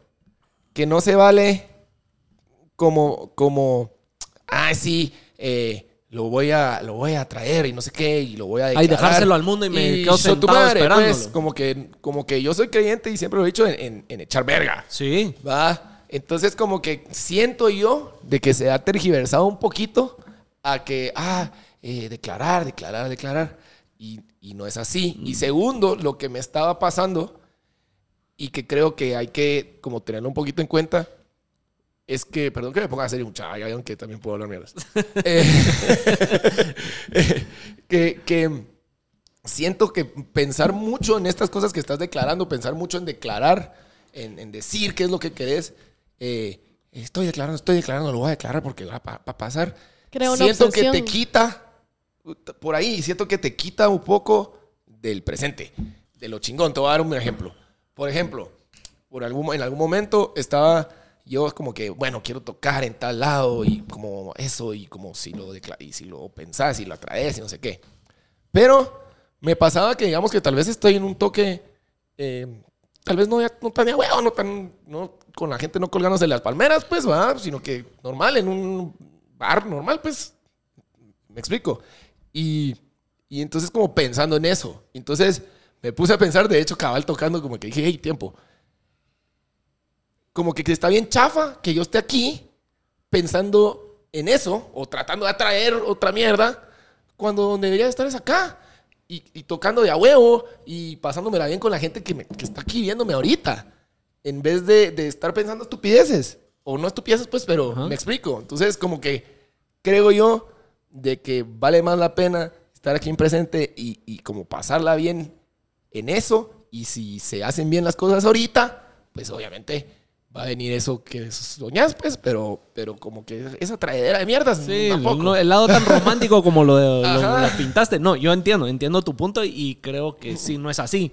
que no se vale como, como, ah, sí, eh, lo voy a, lo voy a traer y no sé qué, y lo voy a declarar.
Ay, dejárselo al mundo y me quedo
hizo tu
sentado
pues,
esperándolo.
como que, como que yo soy creyente y siempre lo he dicho en, en- en echar verga,
Sí.
¿va? Entonces, como que siento yo de que se ha tergiversado un poquito a que, ah, eh, declarar, declarar, declarar. Y, y no es así. Y segundo, lo que me estaba pasando y que creo que hay que como tenerlo un poquito en cuenta es que, perdón que me ponga a hacer un chay, aunque también puedo hablar mierdas. Eh, que, que siento que pensar mucho en estas cosas que estás declarando, pensar mucho en declarar, en, en decir qué es lo que querés. eh, estoy declarando, estoy declarando, lo voy a declarar porque va a pasar.
Crea una
siento que
obsesión.
te quita puta, por ahí, siento que te quita un poco del presente, de lo chingón. Te voy a dar un ejemplo. Por ejemplo, por algún, en algún momento estaba yo como que, bueno, quiero tocar en tal lado y como eso y como si lo, decla- y si lo pensás y lo atraes y no sé qué. Pero me pasaba que, digamos, que tal vez estoy en un toque, eh, tal vez no, ya- no tan de huevo, no tan, no, con la gente no colgándose las palmeras, pues, va, sino que normal, en un bar normal, pues, me explico. Y, y entonces, como pensando en eso, entonces me puse a pensar, de hecho, cabal tocando, como que dije, hey, tiempo. Como que está bien chafa que yo esté aquí pensando en eso o tratando de atraer otra mierda cuando donde debería estar es acá y, y tocando de a huevo y pasándomela bien con la gente que, me- que está aquí viéndome ahorita en vez de, de estar pensando estupideces o no estupideces pues pero
Ajá.
me explico entonces como que creo yo de que vale más la pena estar aquí en presente y, y como pasarla bien en eso y si se hacen bien las cosas ahorita pues obviamente va a venir eso que soñás pues pero pero como que esa traedera de mierdas mm,
Sí,
tampoco.
no, el lado tan romántico como lo, lo-
Ajá.
la pintaste. No, yo entiendo, entiendo tu punto y creo que sí, no es así.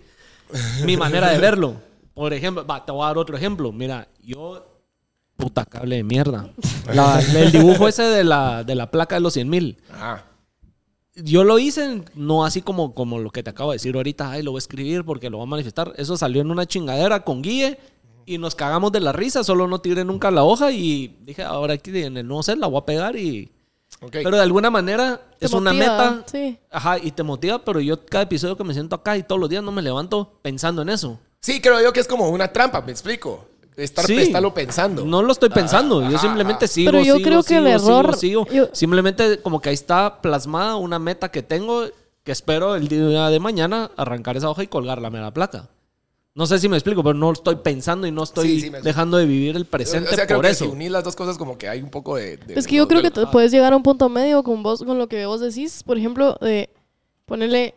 Mi manera de verlo. Por ejemplo, va, te voy a dar otro ejemplo. Mira, yo... Puta cable de mierda. La- el dibujo ese de la, de la placa de los 100 mil.
Ajá.
Yo lo hice, no así como, como lo que te acabo de decir ahorita, ay, lo voy a escribir porque lo voy a manifestar. Eso salió en una chingadera con Guille y nos cagamos de la risa, solo no tiré nunca la hoja y dije, ahora aquí en el nuevo set la voy a pegar y...
Ok.
Pero de alguna manera
Te
es una
motiva,
meta.
Sí.
Ajá, y te motiva, pero yo cada episodio que me siento acá y todos los días no me levanto pensando en eso.
Sí, creo yo que es como una trampa, me explico. Estar,
Sí.
estarlo pensando.
No lo estoy pensando, yo
ajá,
simplemente
ajá.
sigo.
Pero yo
sigo,
creo que
sigo,
el
sigo,
error-
sigo.
yo-
Simplemente como que ahí está plasmada una meta que tengo que espero el día de mañana arrancar esa hoja y colgarla me la placa. No sé si me explico, pero no estoy pensando y no estoy
Sí, sí, me-
dejando de vivir el
O sea,
presente
creo
por
que
eso.
si unís las dos cosas como que hay un poco de... de-
Es que yo creo que
de-
te puedes llegar a un punto medio con vos, con lo que vos decís. Por ejemplo, de ponerle,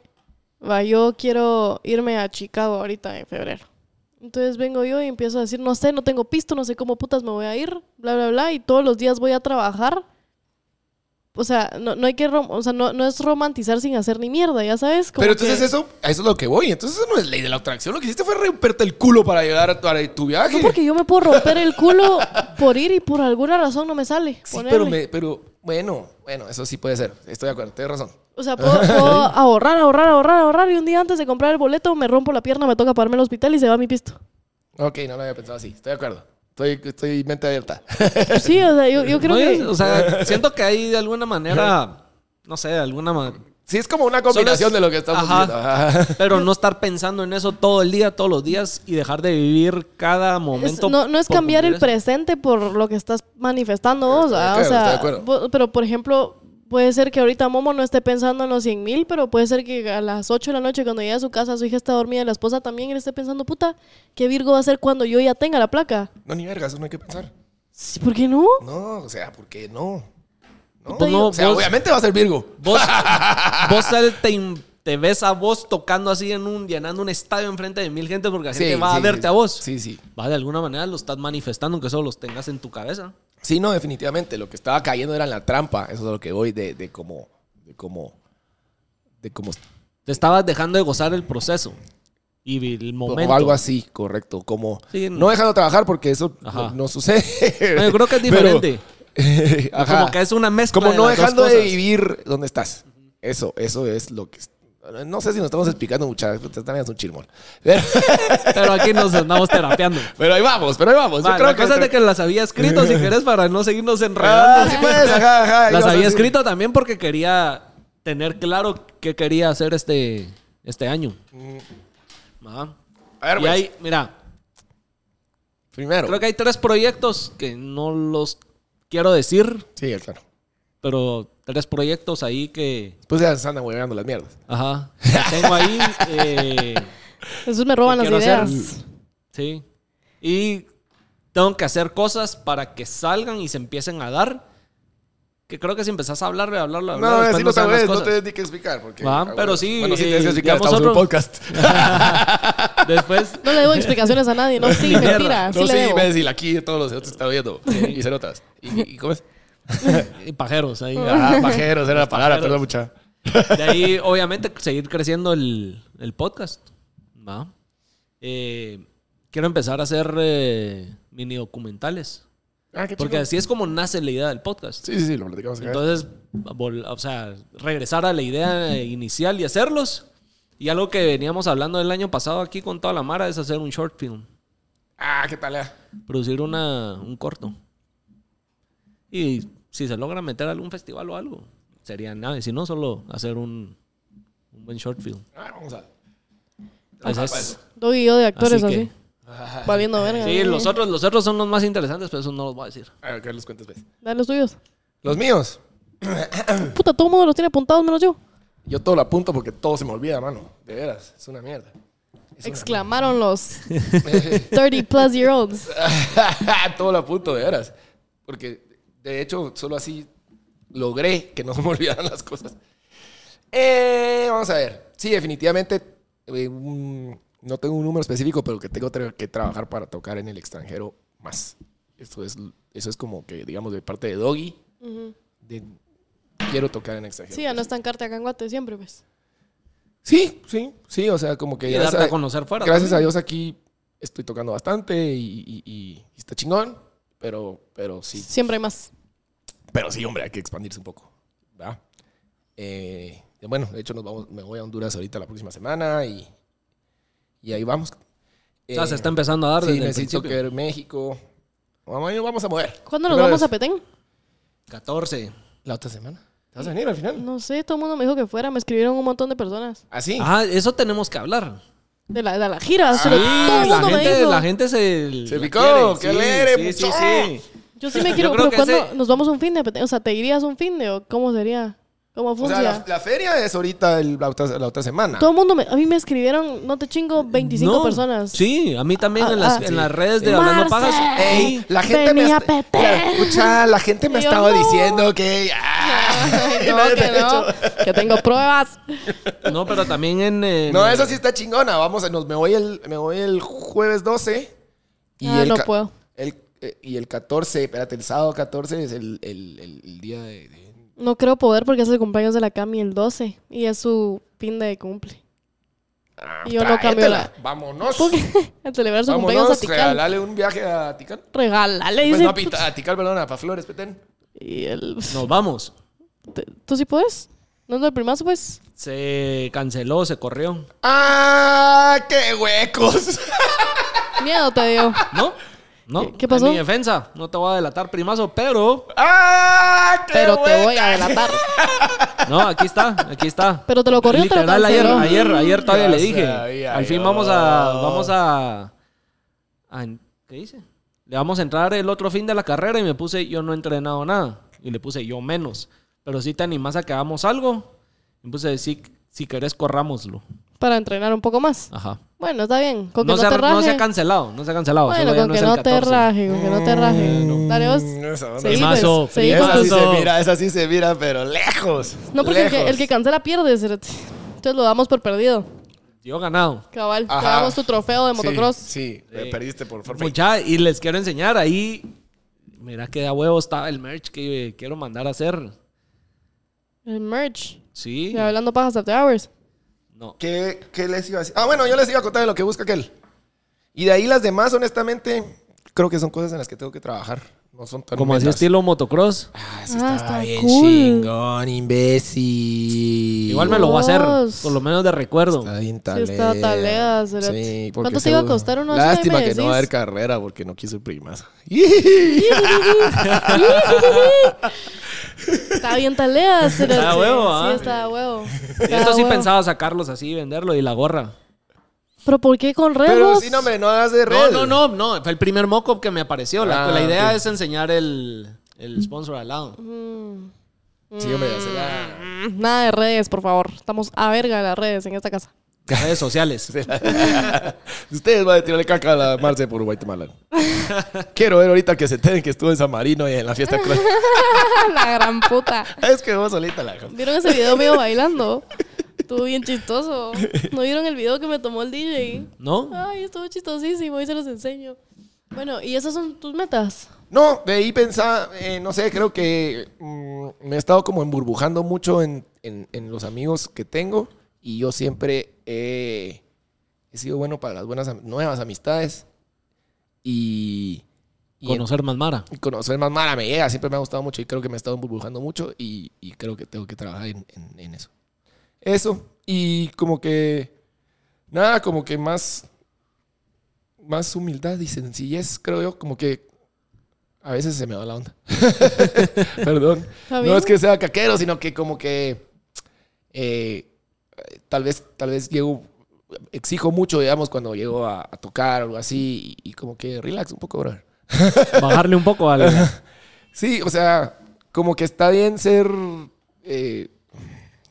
va, yo quiero irme a Chicago ahorita en febrero. Entonces vengo yo y empiezo a decir, no sé, no tengo pisto, no sé cómo putas me voy a ir, bla, bla, bla, y todos los días voy a trabajar. O sea, no, no hay que, rom- o sea, no, no es romantizar sin hacer ni mierda, ya sabes. como
Pero entonces
que-
eso, a eso es lo que voy. Entonces eso no es ley de la atracción. Lo que hiciste fue romperte el culo para llegar a tu, a tu viaje.
No, porque yo me puedo romper el culo por ir y por alguna razón no me sale.
Sí,
ponerle.
pero, me- pero bueno, bueno, eso sí puede ser. Estoy de acuerdo, tienes razón.
O sea, puedo, puedo ahorrar, ahorrar, ahorrar, ahorrar. Y un día antes de comprar el boleto me rompo la pierna, me toca pararme en el hospital y se va mi pisto.
Ok, no lo había pensado así. Estoy de acuerdo. Estoy, estoy mente abierta.
Pues Sí, o sea, yo, yo creo
No,
que.
es- O sea, siento que hay de alguna manera, no sé, de alguna manera...
Sí, es como una
Solo
combinación
es-
de lo que estamos
Ajá.
diciendo. Ajá.
Pero no estar pensando en eso todo el día, todos los días y dejar de vivir cada
es-
momento.
no, no es
por
cambiar el
cumplir eso.
presente por lo que estás manifestando vos,
Estoy de
¿ah?
acuerdo, estoy de
o sea,
acuerdo.
vos- pero por ejemplo, puede ser que ahorita Momo no esté pensando en los 100 mil, pero puede ser que a las 8 de la noche, cuando llegue a su casa, su hija está dormida y la esposa también, él esté pensando, puta, ¿qué Virgo va a hacer cuando yo ya tenga la placa?
No, ni vergas, eso no hay que pensar.
Sí, ¿Por qué no?
No, o sea, ¿por qué no? No,
Pues no,
o sea,
vos-
obviamente va a ser Virgo.
Vos, vos al- te, im- te ves a vos tocando así en un, llenando un estadio enfrente de mil gente porque la gente va a
sí,
verte
sí.
a vos.
Sí, sí.
Va, de alguna manera lo estás manifestando, aunque solo los tengas en tu cabeza.
Sí, no, definitivamente. Lo que estaba cayendo era en la trampa. Eso es a lo que voy de, de cómo. De cómo. De cómo.
Te estabas dejando de gozar el proceso y vi- el momento.
O algo así, correcto. Como.
Sí, no.
no dejando trabajar porque eso
Ajá.
no, no sucede.
No, yo creo que es
Pero-
diferente.
Ajá.
Como que es una mezcla.
Como
de
no
las dos
dejando de
cosas.
vivir donde estás. Eso, eso es lo que. No sé si nos estamos explicando muchas, también es un chirmol. Pero,
Pero aquí nos andamos terapeando.
pero ahí vamos, pero ahí vamos.
Va,
Yo creo
la
que,
cosa es de que las había escrito, si querés, para no seguirnos enredando.
Ah, sí, pues, ajá, ajá,
las
ibas a
había
decir.
escrito también porque quería tener claro qué quería hacer este, este año. Ajá.
A ver,
Y
Mm. pues,
hay, mira,
primero.
creo que hay tres proyectos que no los quiero decir,
Sí, claro.
pero tres proyectos ahí que,
Después ya se andan hueveando las mierdas.
ajá, que tengo ahí. eh,
Esos me roban
¿Qué
las
quiero hacer?
ideas.
sí. Y tengo que hacer cosas para que salgan y se empiecen a dar. Que creo que si empezás a hablarle, a hablarlo, a hablarlo,
No,
después
sí,
no
no
se dan las
sabes, no
cosas.
tienes ni que explicar. Porque,
Va,
ah, bueno.
pero sí,
Bueno, sí tienes
eh,
que explicar,
digamos
estamos en un
otro-
podcast.
Después,
No le debo explicaciones a nadie. No, sí,
Ni mierda.
mentira. Sí
no,
le
sí,
debo.
imbécil, aquí todos los otros están viendo. Y se notas. ¿Y, y cómo es?
y pajeros ahí.
Ah, pajeros, era la palabra,
pajeros.
perdón, mucha.
De ahí, obviamente, seguir creciendo el, el podcast. ¿va? Eh, quiero empezar a hacer eh, mini documentales.
Ah, qué
Porque
chingón.
así es como nace la idea del podcast.
Sí, sí, sí, lo platicamos acá.
Entonces, vol- o sea, regresar a la idea inicial y hacerlos. Y algo que veníamos hablando el año pasado aquí con toda la mara es hacer un short film.
ah, qué tal. ah?
Producir una, un corto. Y si se logra meter a algún festival o algo, sería nada. Si no, solo hacer un, un buen short film.
Ah, vamos a. Ah,
Ese es-
pues.
Doy yo de actores
Así
así.
que-
Valiendo verga.
Sí,
eh.
los otros, los otros son los más interesantes, pero eso no los voy a decir.
A ver, que los cuentas, ves.
Dale los tuyos.
Los míos.
Puta, todo el mundo los tiene apuntados menos yo.
Yo todo lo apunto porque todo se me olvida, mano. De veras, es una mierda.
Exclamaron los 30 plus year olds.
todo lo apunto, de veras. Porque, de hecho, solo así logré que no se me olvidaran las cosas. Eh, vamos a ver. Sí, definitivamente. eh, un- no tengo un número específico, pero que tengo tra- que trabajar para tocar en el extranjero más. Eso es, eso es como que, digamos, de parte de Doggy. de- quiero tocar en el extranjero.
Sí, a no estancarte acá en Guate siempre, pues.
Sí, sí, sí, o sea, como que
Y
gracias,
darte a
a,
conocer fuera.
gracias
también.
a Dios aquí estoy tocando bastante y, y- y- y está chingón, pero, pero sí,
Siempre hay más.
pero sí, hombre, hay que expandirse un poco, ¿verdad? Eh, bueno, de hecho nos vamos, me voy a Honduras ahorita la próxima semana y, y ahí vamos.
O sea, se
Eh,
está empezando a dar
sí,
desde el
necesito
principio.
que ver México. Vamos, ahí nos vamos a mover.
¿Cuándo nos
Primera
vamos a
vez.
Petén?
14.
La otra semana. ¿Te vas a venir al final?
No sé, todo el mundo me dijo que fuera. Me escribieron un montón de personas.
Así.
Ah, eso tenemos que hablar.
De la, de la gira. se lo- todo el
la,
mundo me
gente,
dijo.
la gente se...
Se
la
picó,
quiere.
que alegre,
sí, sí,
mucho.
Eh,
sí,
Yo sí me quiero, pero
creo que
¿cuándo
ese-
nos vamos a un fin de Petén? O sea, ¿te irías a un fin de o cómo sería? ¿Cómo
o
funciona?
sea, la, la feria es ahorita el- la, otra, la otra semana.
Todo el mundo, me- a mí me escribieron, no te chingo, 25
No,
personas.
Sí, a mí también
Ah,
en, las,
ah.
en las redes de
Sí.
Hablando
Marce.
Pajas.
Ey,
Ey,
la gente me
Vení
ha,
a Petén.
la, escucha, la gente me ha
Y yo,
estado
no.
diciendo que ah,
Ay,
y
no,
nadie
que
te ha
no,
hecho.
que tengo pruebas.
no, pero también en... en-
No, eso sí está chingona. Vamos, nos, me voy el me voy el jueves 12 y
Ah,
el
no
ca-
puedo.
el- eh, y el 14, espérate, el sábado 14 es el, el- el- el día de, de-
No creo poder porque es el cumpleaños de la Cami el 12 y es su fin de cumple.
Ah,
Yo no cambio
tráetela.
la-
Vámonos.
Porque a celebrar su cumpleaños a
Vámonos,
Tikal.
regalarle un viaje a Tikal.
Regalale,
Pues
dice.
no a, Pita- a Tikal, perdón, a Paflores, Petén.
Y el-
Nos vamos.
te- ¿Tú sí puedes? ¿No es el primazo, pues?
Se canceló, se corrió.
¡Ah, qué huecos!
Miedo te dio.
¿No? ¿No?
¿Qué- qué pasó?
En mi defensa. No te voy a delatar, primazo, pero...
¡Ah, qué
Pero te voy a
huecas!
delatar.
No, aquí está, aquí está.
Pero te lo corrió, te lo
Literal, ayer,
canceló.
ayer, ayer todavía
Ya
le dije.
sabía
Al fin
yo.
vamos a, vamos a, a- ¿qué dice? Le vamos a entrar el otro fin de la carrera y me puse yo no he entrenado nada y le puse yo menos. Pero si te animas a que hagamos algo, me puse sí, si querés corrámoslo.
Para entrenar un poco más.
Ajá.
Bueno, está bien. Con que
No,
no,
se, ha-
te raje.
no se ha cancelado, no se ha cancelado.
bueno,
solo ya
con
no
que
es el
no te
14.
raje, con que no te raje. Dale vos.
Mm, esa onda.
Seguí,
Primazo,
pues, seguí con
esa sí
tus-
se
Incluso-
mira, esa sí se mira, pero lejos.
No, porque el que,
lejos.
el que cancela pierde. cerote. Entonces lo damos por perdido.
Yo ganado.
Cabal,
Ajá.
te damos tu trofeo de
Sí,
motocross.
Sí, eh, perdiste por forfeit.
Mucha, y les quiero enseñar ahí. Mira que da huevo estaba el merch que eh, quiero mandar a hacer.
El merch.
Sí.
Y hablando pajas after hours.
No.
¿Qué, qué les iba a decir? Ah, bueno, yo les iba a contar de lo que busca aquel. Y de ahí las demás, honestamente, creo que son cosas en las que tengo que trabajar. No son tan
Como así
metas.
estilo motocross.
Ah, sí
Ah,
estaba
está
bien
cool.
chingón, imbécil.
Igual me lo voy a hacer,
Dios.
por lo menos de recuerdo.
Está bien
Sí,
talea.
está talea, cerote.
porque
¿Cuánto te iba a
seguro-
costar uno así, ahí
Lástima
me
que no va a haber
decís?
carrera porque no quiso el primazo.
Está bien talea, cerote.
Está a huevo,
Sí,
¿ah?
está a huevo.
Y
Está
esto
a
sí
Ah, huevo.
pensaba sacarlos así, venderlo y la gorra.
¿Pero por qué con rebos?
Pero sí, no, hombre, no hagas
No,
de red.
no, no, no. Fue el primer mock-up que me apareció. La,
Ah,
la idea
ok.
es enseñar el, el sponsor al lado.
Mm.
Sí, hombre, ya se la-
Mm, Nada de redes, por favor. Estamos a verga de las redes en esta casa.
Redes sociales.
Mm. Ustedes van a tirarle caca a la Marce por Guatemala. Quiero ver ahorita que se enteren que estuvo en San Marino y en la fiesta. cro-
la gran puta.
es que vos solita la
¿Vieron ese video mío bailando? Estuvo bien chistoso. ¿No vieron el video que me tomó el DJ?
¿No?
Ay, estuvo chistosísimo. Hoy se los enseño. Bueno, ¿y esas son tus metas?
No, de ahí pensaba, eh, no sé, creo que mm, me he estado como emburbujando mucho en, en- en los amigos que tengo y yo siempre he, he sido bueno para las buenas am- nuevas amistades y, y en-
Conocer más Mara.
y conocer más Mara me llega, siempre me ha gustado mucho y creo que me he estado emburbujando mucho y, y creo que tengo que trabajar en, en- en eso. Eso, y como que, nada, como que más, más humildad y sencillez, creo yo, como que a veces se me va la onda. Perdón.
¿Está bien?
No es que sea caquero, sino que como que eh, tal vez, tal vez llego, exijo mucho, digamos, cuando llego a, a tocar o algo así y, y como que relax un poco, brother.
Bajarle un poco al.
Sí, o sea, como que está bien ser, eh,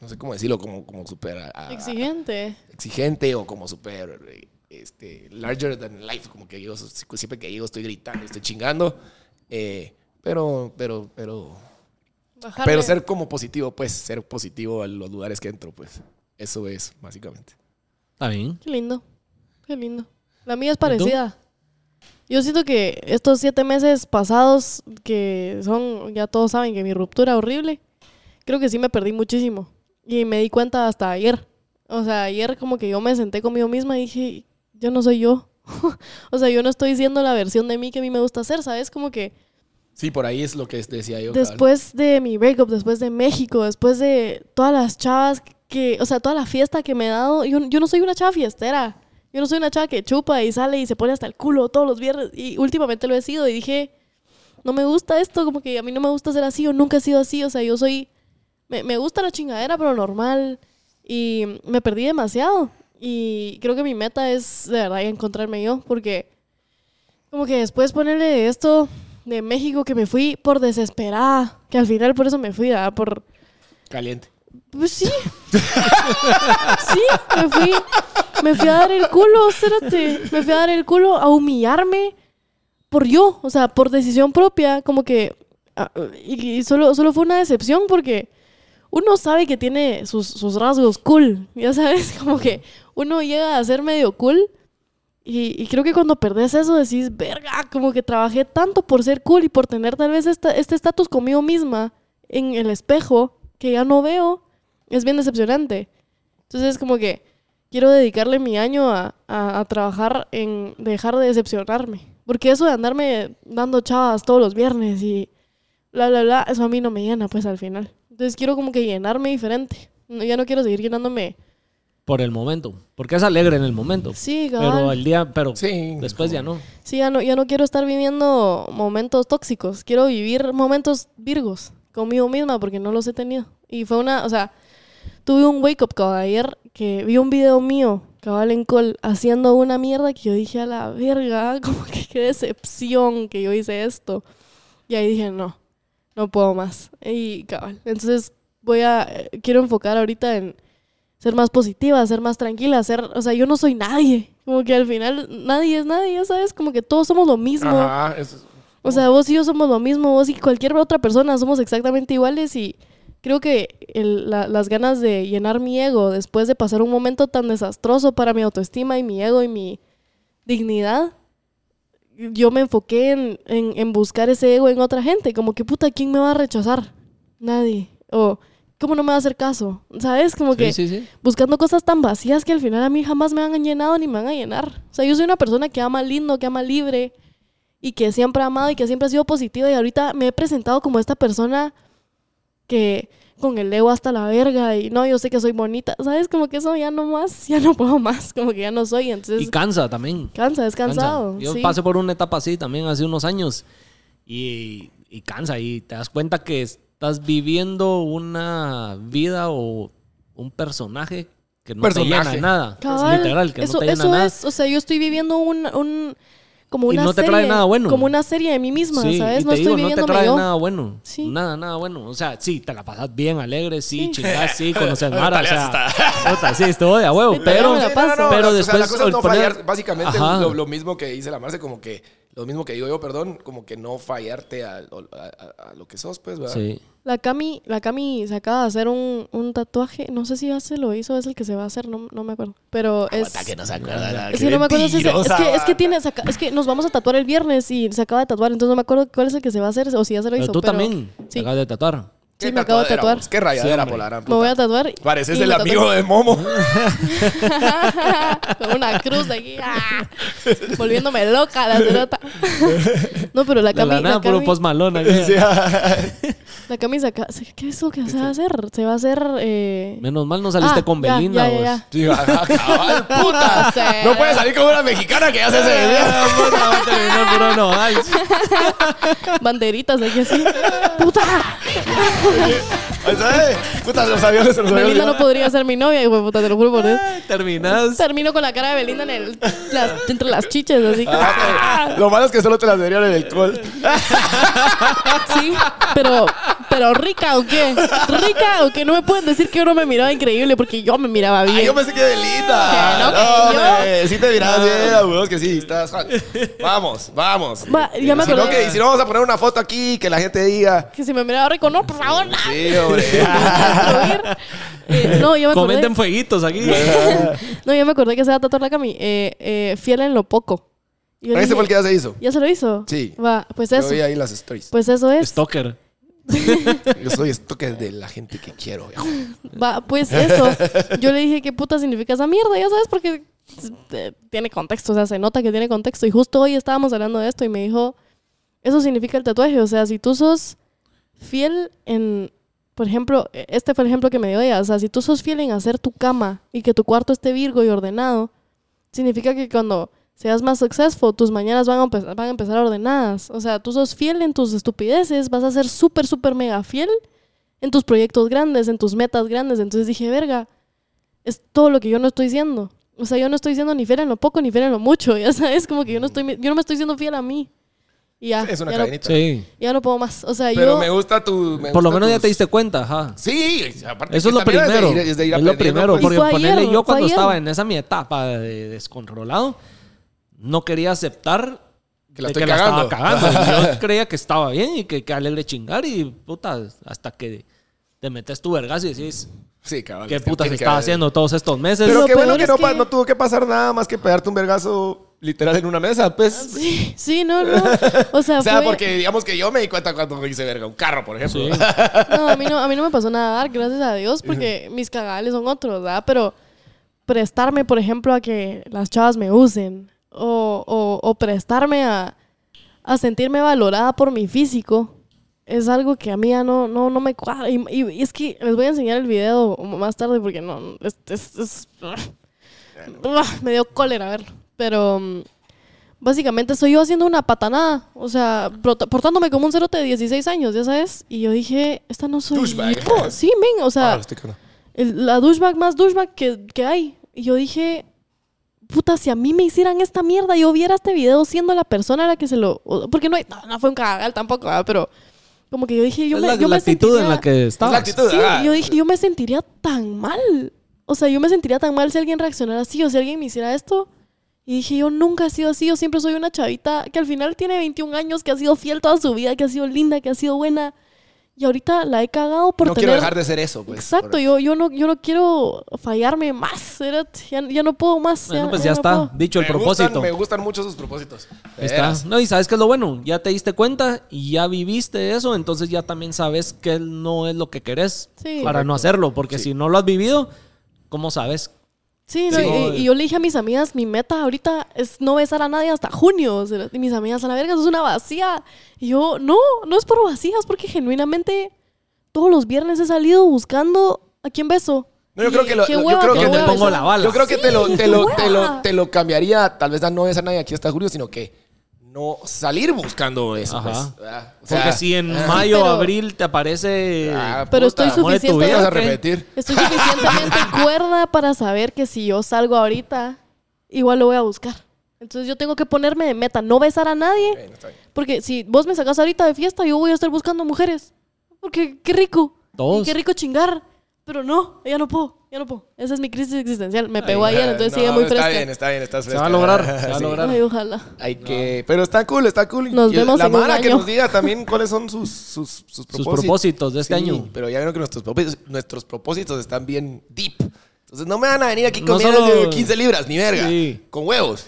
no sé cómo decirlo, como, como súper a-
Ah.
a-
Exigente.
exigente o como súper eh, este, larger than life, como que yo s- siempre que llego estoy gritando, estoy chingando, eh, pero, pero, pero,
Bajarle.
pero ser como positivo, pues, ser positivo a los lugares que entro, pues, eso es básicamente.
Está bien.
Qué lindo. Qué lindo. La mía es parecida. Yo siento que estos siete meses pasados, que son, ya todos saben que mi ruptura horrible, creo que sí me perdí muchísimo. Y me di cuenta hasta ayer. O sea, ayer como que yo me senté conmigo misma y dije, yo no soy yo. o sea, yo no estoy siendo la versión de mí que a mí me gusta hacer, ¿sabes? Como que
Sí, por ahí es lo que decía yo. cabal.
después de mi breakup, después de México, después de todas las chavas que, o sea, toda la fiesta que me he dado, yo, yo no soy una chava fiestera. Yo no soy una chava que chupa y sale y se pone hasta el culo todos los viernes. Y últimamente lo he sido y dije, no me gusta esto, como que a mí no me gusta ser así, yo nunca he sido así, o sea, yo soy, me, me gusta la chingadera, pero normal. Y me perdí demasiado. Y creo que mi meta es, de verdad, encontrarme yo, porque como que después ponerle esto de México que me fui por desesperada, que al final por eso me fui, ¿verdad? por
Caliente.
pues sí. sí, me fui me fui a dar el culo, espérate, me fui a dar el culo a humillarme por yo, o sea, por decisión propia, como que ah, y, y solo solo fue una decepción porque uno sabe que tiene sus, sus rasgos cool, ya sabes, como que uno llega a ser medio cool y, y creo que cuando perdés eso decís, verga, como que trabajé tanto por ser cool y por tener tal vez esta- este estatus conmigo misma en el espejo que ya no veo, es bien decepcionante. Entonces como que quiero dedicarle mi año a, a- a trabajar en dejar de decepcionarme. Porque eso de andarme dando chavas todos los viernes y bla, bla, bla, eso a mí no me llena pues al final. Entonces quiero como que llenarme diferente. No, ya no quiero seguir llenándome.
Por el momento. Porque es alegre en el momento.
Sí, cabal.
Pero el día. Pero
Sí.
después ya no.
Sí, ya no, ya no quiero estar viviendo momentos tóxicos. Quiero vivir momentos virgos conmigo misma porque no los he tenido. Y fue una, o sea, tuve un wake up call ayer que vi un video mío, cabal en col, haciendo una mierda que yo dije a la verga, como que qué decepción que yo hice esto. Y ahí dije, no, no puedo más. Y cabal. Entonces voy a, eh, quiero enfocar ahorita en ser más positiva, ser más tranquila, ser, o sea, yo no soy nadie. Como que al final nadie es nadie, ya sabes, como que todos somos lo mismo.
Ajá, eso es-
O sea, vos y yo somos lo mismo, vos y cualquier otra persona somos exactamente iguales y creo que el- la- las ganas de llenar mi ego después de pasar un momento tan desastroso para mi autoestima y mi ego y mi dignidad, yo me enfoqué en, en- en buscar ese ego en otra gente, como que puta, ¿quién me va a rechazar? Nadie. O, ¿cómo no me va a hacer caso? ¿Sabes? Como que
Sí, sí, sí.
buscando cosas tan vacías que al final a mí jamás me han llenado ni me van a llenar. O sea, yo soy una persona que ama lindo, que ama libre, y que siempre ha amado y que siempre ha sido positiva y ahorita me he presentado como esta persona que con el ego hasta la verga y no, yo sé que soy bonita, ¿sabes? Como que eso ya no más, ya no puedo más, como que ya no soy, entonces
Y cansa también.
cansa, es
Cansa.
cansado.
Yo
sí.
pasé por una etapa así también hace unos años y, y cansa y te das cuenta que estás viviendo una vida o un personaje que no te llena
Personaje.
de nada.
Cabal,
Literal, que
eso,
no te llena
eso
nada.
es, o sea, yo estoy viviendo un, un como
Y
una
no te
serie,
trae nada bueno.
como una serie de mí misma,
Sí,
¿sabes?
y
No estoy
te digo, no te
viviéndome
trae
yo.
nada bueno.
Sí.
Nada, nada bueno. O sea, sí, te la pasas bien alegre, sí,
Sí.
chingas, sí, conoces Mara. O
Talía
sea, puta, sí, estuvo de a huevo, pero...
me la
Sí,
paso.
Pero
o sea, la
después
cosa es no
el poner-
fallar, básicamente
Ajá.
lo, lo mismo que dice la Marce, como que lo mismo que digo yo, perdón, como que no fallarte a, a- a- a lo que sos, pues, ¿verdad?
Sí.
La Cami, la Cami se acaba de hacer un, un tatuaje, no sé si ya se lo hizo, o es el que se va a hacer, no, no me acuerdo, pero es
Aguanta que no se acuerda. nada,
es
Ah, qué
que no me acuerdo si se- es,
mentirosa,
que, es que
va.
tiene, se aca- es que nos vamos a tatuar el viernes y se acaba de tatuar, entonces no me acuerdo cuál es el que se va a hacer o si ya se lo
Pero
hizo.
tú
pero-
también te
Sí,
acabas de tatuar.
sí, me acabo de
tatuadera,
tatuar.
vos, Qué rayadera
Sí,
por la gran
Me voy
puta.
a tatuar. y-
Pareces
y
el
me tatué-
amigo de Momo.
Con una cruz de aquí. ¡ah! Volviéndome loca la cerota. No, pero la
De
Cami.
la nada,
la
puro
Cami-
post malona.
Sí, ah,
la Cami saca- ¿Qué es lo que se va a hacer? Se va a hacer. eh,
Menos mal no saliste
ah,
con
ya,
Belinda,
ya, ya,
vos.
ya.
sí, ah, cabal, puta.
No sé.
No puedes salir con una mexicana que hace ese
Ah, puta, va a terminar puro nodal.
Banderitas aquí así. ¡Puta!
¿Sabes? Pues, eh, Puta, los aviones, los aviones.
Belinda no podría ser mi novia. Y puta, te lo juro por Dios.
Ay, Terminás.
Termino con la cara de Belinda en el, las- entre las chiches, así que.
Ah, Lo malo es que solo te las deberían en el col.
Sí, pero, pero rica o qué? Rica o qué? No me pueden decir que yo no me miraba increíble porque yo me miraba bien.
Ay, Ah, yo pensé que de linda.
Que no, que yo-
hombre, sí te mirabas bien, a huevos que sí, estás. Vamos, vamos.
Va, ya me
si, no,
acordé.
que, si no, vamos a poner una foto aquí que la gente diga.
Que si me miraba rico, no, por favor, no.
Sí, hombre.
Destruir. Eh, no, yo me acordé.
Comenten fueguitos aquí.
No, yo me acordé que se va a tatuar la Cami. Eh, eh, fiel en lo poco. Y yo le
Ese
dije,
fue el que ya se hizo.
¿Ya se lo hizo?
Sí.
Va, pues
Yo
eso.
vi ahí las stories.
Pues eso es.
Stalker.
Yo soy esto que es de la gente que quiero. viejo.
Va, pues eso. Yo le dije, ¿qué puta significa esa mierda? Ya sabes, porque eh, tiene contexto, o sea, se nota que tiene contexto. Y justo hoy estábamos hablando de esto y me dijo, eso significa el tatuaje. O sea, si tú sos fiel en, por ejemplo, eh, este fue el ejemplo que me dio ella, o sea, si tú sos fiel en hacer tu cama y que tu cuarto esté virgo y ordenado, significa que cuando seas más successful, tus mañanas van a, empe- van a empezar ordenadas. O sea, tú sos fiel en tus estupideces, vas a ser súper, súper mega fiel en tus proyectos grandes, en tus metas grandes. Entonces dije, verga, es todo lo que yo no estoy siendo. O sea, yo no estoy siendo ni fiel en lo poco ni fiel en lo mucho. Ya sabes, como que yo no, estoy, yo no me estoy siendo fiel a mí. Y ya,
Es una
ya, no,
cadenita.
Sí.
ya no puedo más. O sea,
Pero
yo...
me gusta tu. me
Por lo
gusta
menos ya
tus-
te diste cuenta, ajá.
Sí, aparte.
Eso es
que
lo
también de
primero.
ir-
Es,
de ir
lo
aprendiendo,
primero.
pues.
Porque
Y fue
ponele,
ayer,
yo
fue
cuando
ayer.
estaba en esa mi etapa de descontrolado, no quería aceptar
Que la
de
estoy
estaba
cagando.
cagando. Yo creía que estaba bien y que, que alegre chingar y puta, hasta que te metes tu vergas y decís,
Sí, cabrón.
¿qué
tiene
puta se
que
estaba
haber-
haciendo todos estos meses?
Pero
Lo
qué bueno
peor
que,
es
no, pa-
que-
no tuvo que pasar nada más que pegarte un vergazo literal en una mesa, pues.
Ah, Sí, sí, no, no. O sea,
O sea,
fue-
porque digamos que yo me di cuenta cuando me hice verga un carro, por ejemplo.
Sí.
No, a mí no, a mí no me pasó nada dark, gracias a Dios, porque mis cagales son otros, ¿verdad? Pero prestarme, por ejemplo, a que las chavas me usen o, o- o prestarme a, a sentirme valorada por mi físico es algo que a mí ya no, no, no me cuadra. Y, y- y es que les voy a enseñar el video más tarde porque no, no, es, es- es- me dio cólera verlo. Pero mm, básicamente soy yo haciendo una patanada, o sea, prota- portándome como un cerote de 16 años, ya sabes. Y yo dije, esta no soy
Douchebag.
yo. Sí, men, o sea,
Ah,
este
estoy cagando.
el- la douchebag más douchebag que, que hay. Y yo dije, puta, si a mí me hicieran esta mierda, yo viera este video siendo la persona a la que se lo... o- Porque no, hay- no, no fue un cagadal tampoco, ¿verdad? pero como que yo dije, yo
es
me,
la,
yo me
la actitud en
sentiría-
la que
Es la
estabas.
actitud.
Sí,
ah.
yo dije, yo me sentiría tan mal. O sea, yo me sentiría tan mal si alguien reaccionara así o si alguien me hiciera esto. Y dije, yo nunca he sido así, yo siempre soy una chavita que al final tiene 21 años, que ha sido fiel toda su vida, que ha sido linda, que ha sido buena. Y ahorita la he cagado por
no
tener...
quiero dejar de ser eso, pues.
Exacto, yo, yo, no, yo no quiero fallarme más, ¿verdad? ya, ya no puedo más.
Bueno, pues ya
no
está,
puedo.
dicho el
Me
propósito.
Gustan, me gustan mucho sus propósitos. De
Ahí Está.
veras.
No, y sabes qué es lo bueno, ya te diste cuenta y ya viviste eso, entonces ya también sabes que no es lo que querés
Sí.
para no hacerlo, porque
Sí.
si no lo has vivido, ¿cómo sabes
Sí, no,
Sí.
Y, y yo le dije a mis amigas, mi meta ahorita es no besar a nadie hasta junio. O sea, y mis amigas, a la verga, eso es una vacía. Y yo, no, no es por vacías, porque genuinamente todos los viernes he salido buscando a quién beso.
No, yo
Y,
creo que lo-
qué
yo
hueva,
creo
qué
que
¿Dónde
hueva
pongo
besar.
la bala?
Yo creo que te, lo,
Sí,
te, lo,
qué
te, lo,
hueva.
te lo cambiaría, tal vez a no besar a nadie aquí hasta julio, sino que no salir buscando eso.
Ajá.
pues, ¿verdad? O sea,
Porque si en
ah,
mayo,
pero-
abril te aparece.
ah,
Pero
puta,
estoy
amor de tu
suficiente-
vida, vas a
¿Qué?
repetir.
Estoy suficientemente cuerda para saber que si yo salgo ahorita, igual lo voy a buscar. Entonces yo tengo que ponerme de meta, no besar a nadie,
Bueno, está bien.
porque si vos me sacas ahorita de fiesta, yo voy a estar buscando mujeres. Porque qué rico.
Todos.
Y Qué rico chingar. Pero no, ya no puedo, ya no puedo. Esa es mi crisis existencial. Me pegó ayer, entonces
No,
sigue muy
está
fresca.
bien, está bien, estás
Se va a
fresca.
lograr, se va a
Sí.
lograr.
Ay, ojalá.
Hay que, pero está cool, está cool.
Nos
Y el-
vemos
la
en un
Mara que
año.
nos diga también cuáles son sus, sus, sus propósitos.
propósitos de este
Sí,
año.
Pero ya vieron que nuestros propósitos, nuestros propósitos están bien deep. Entonces no me van a venir aquí
No
con mierdas
solo-
de 15 libras, ni verga.
Sí.
Con huevos.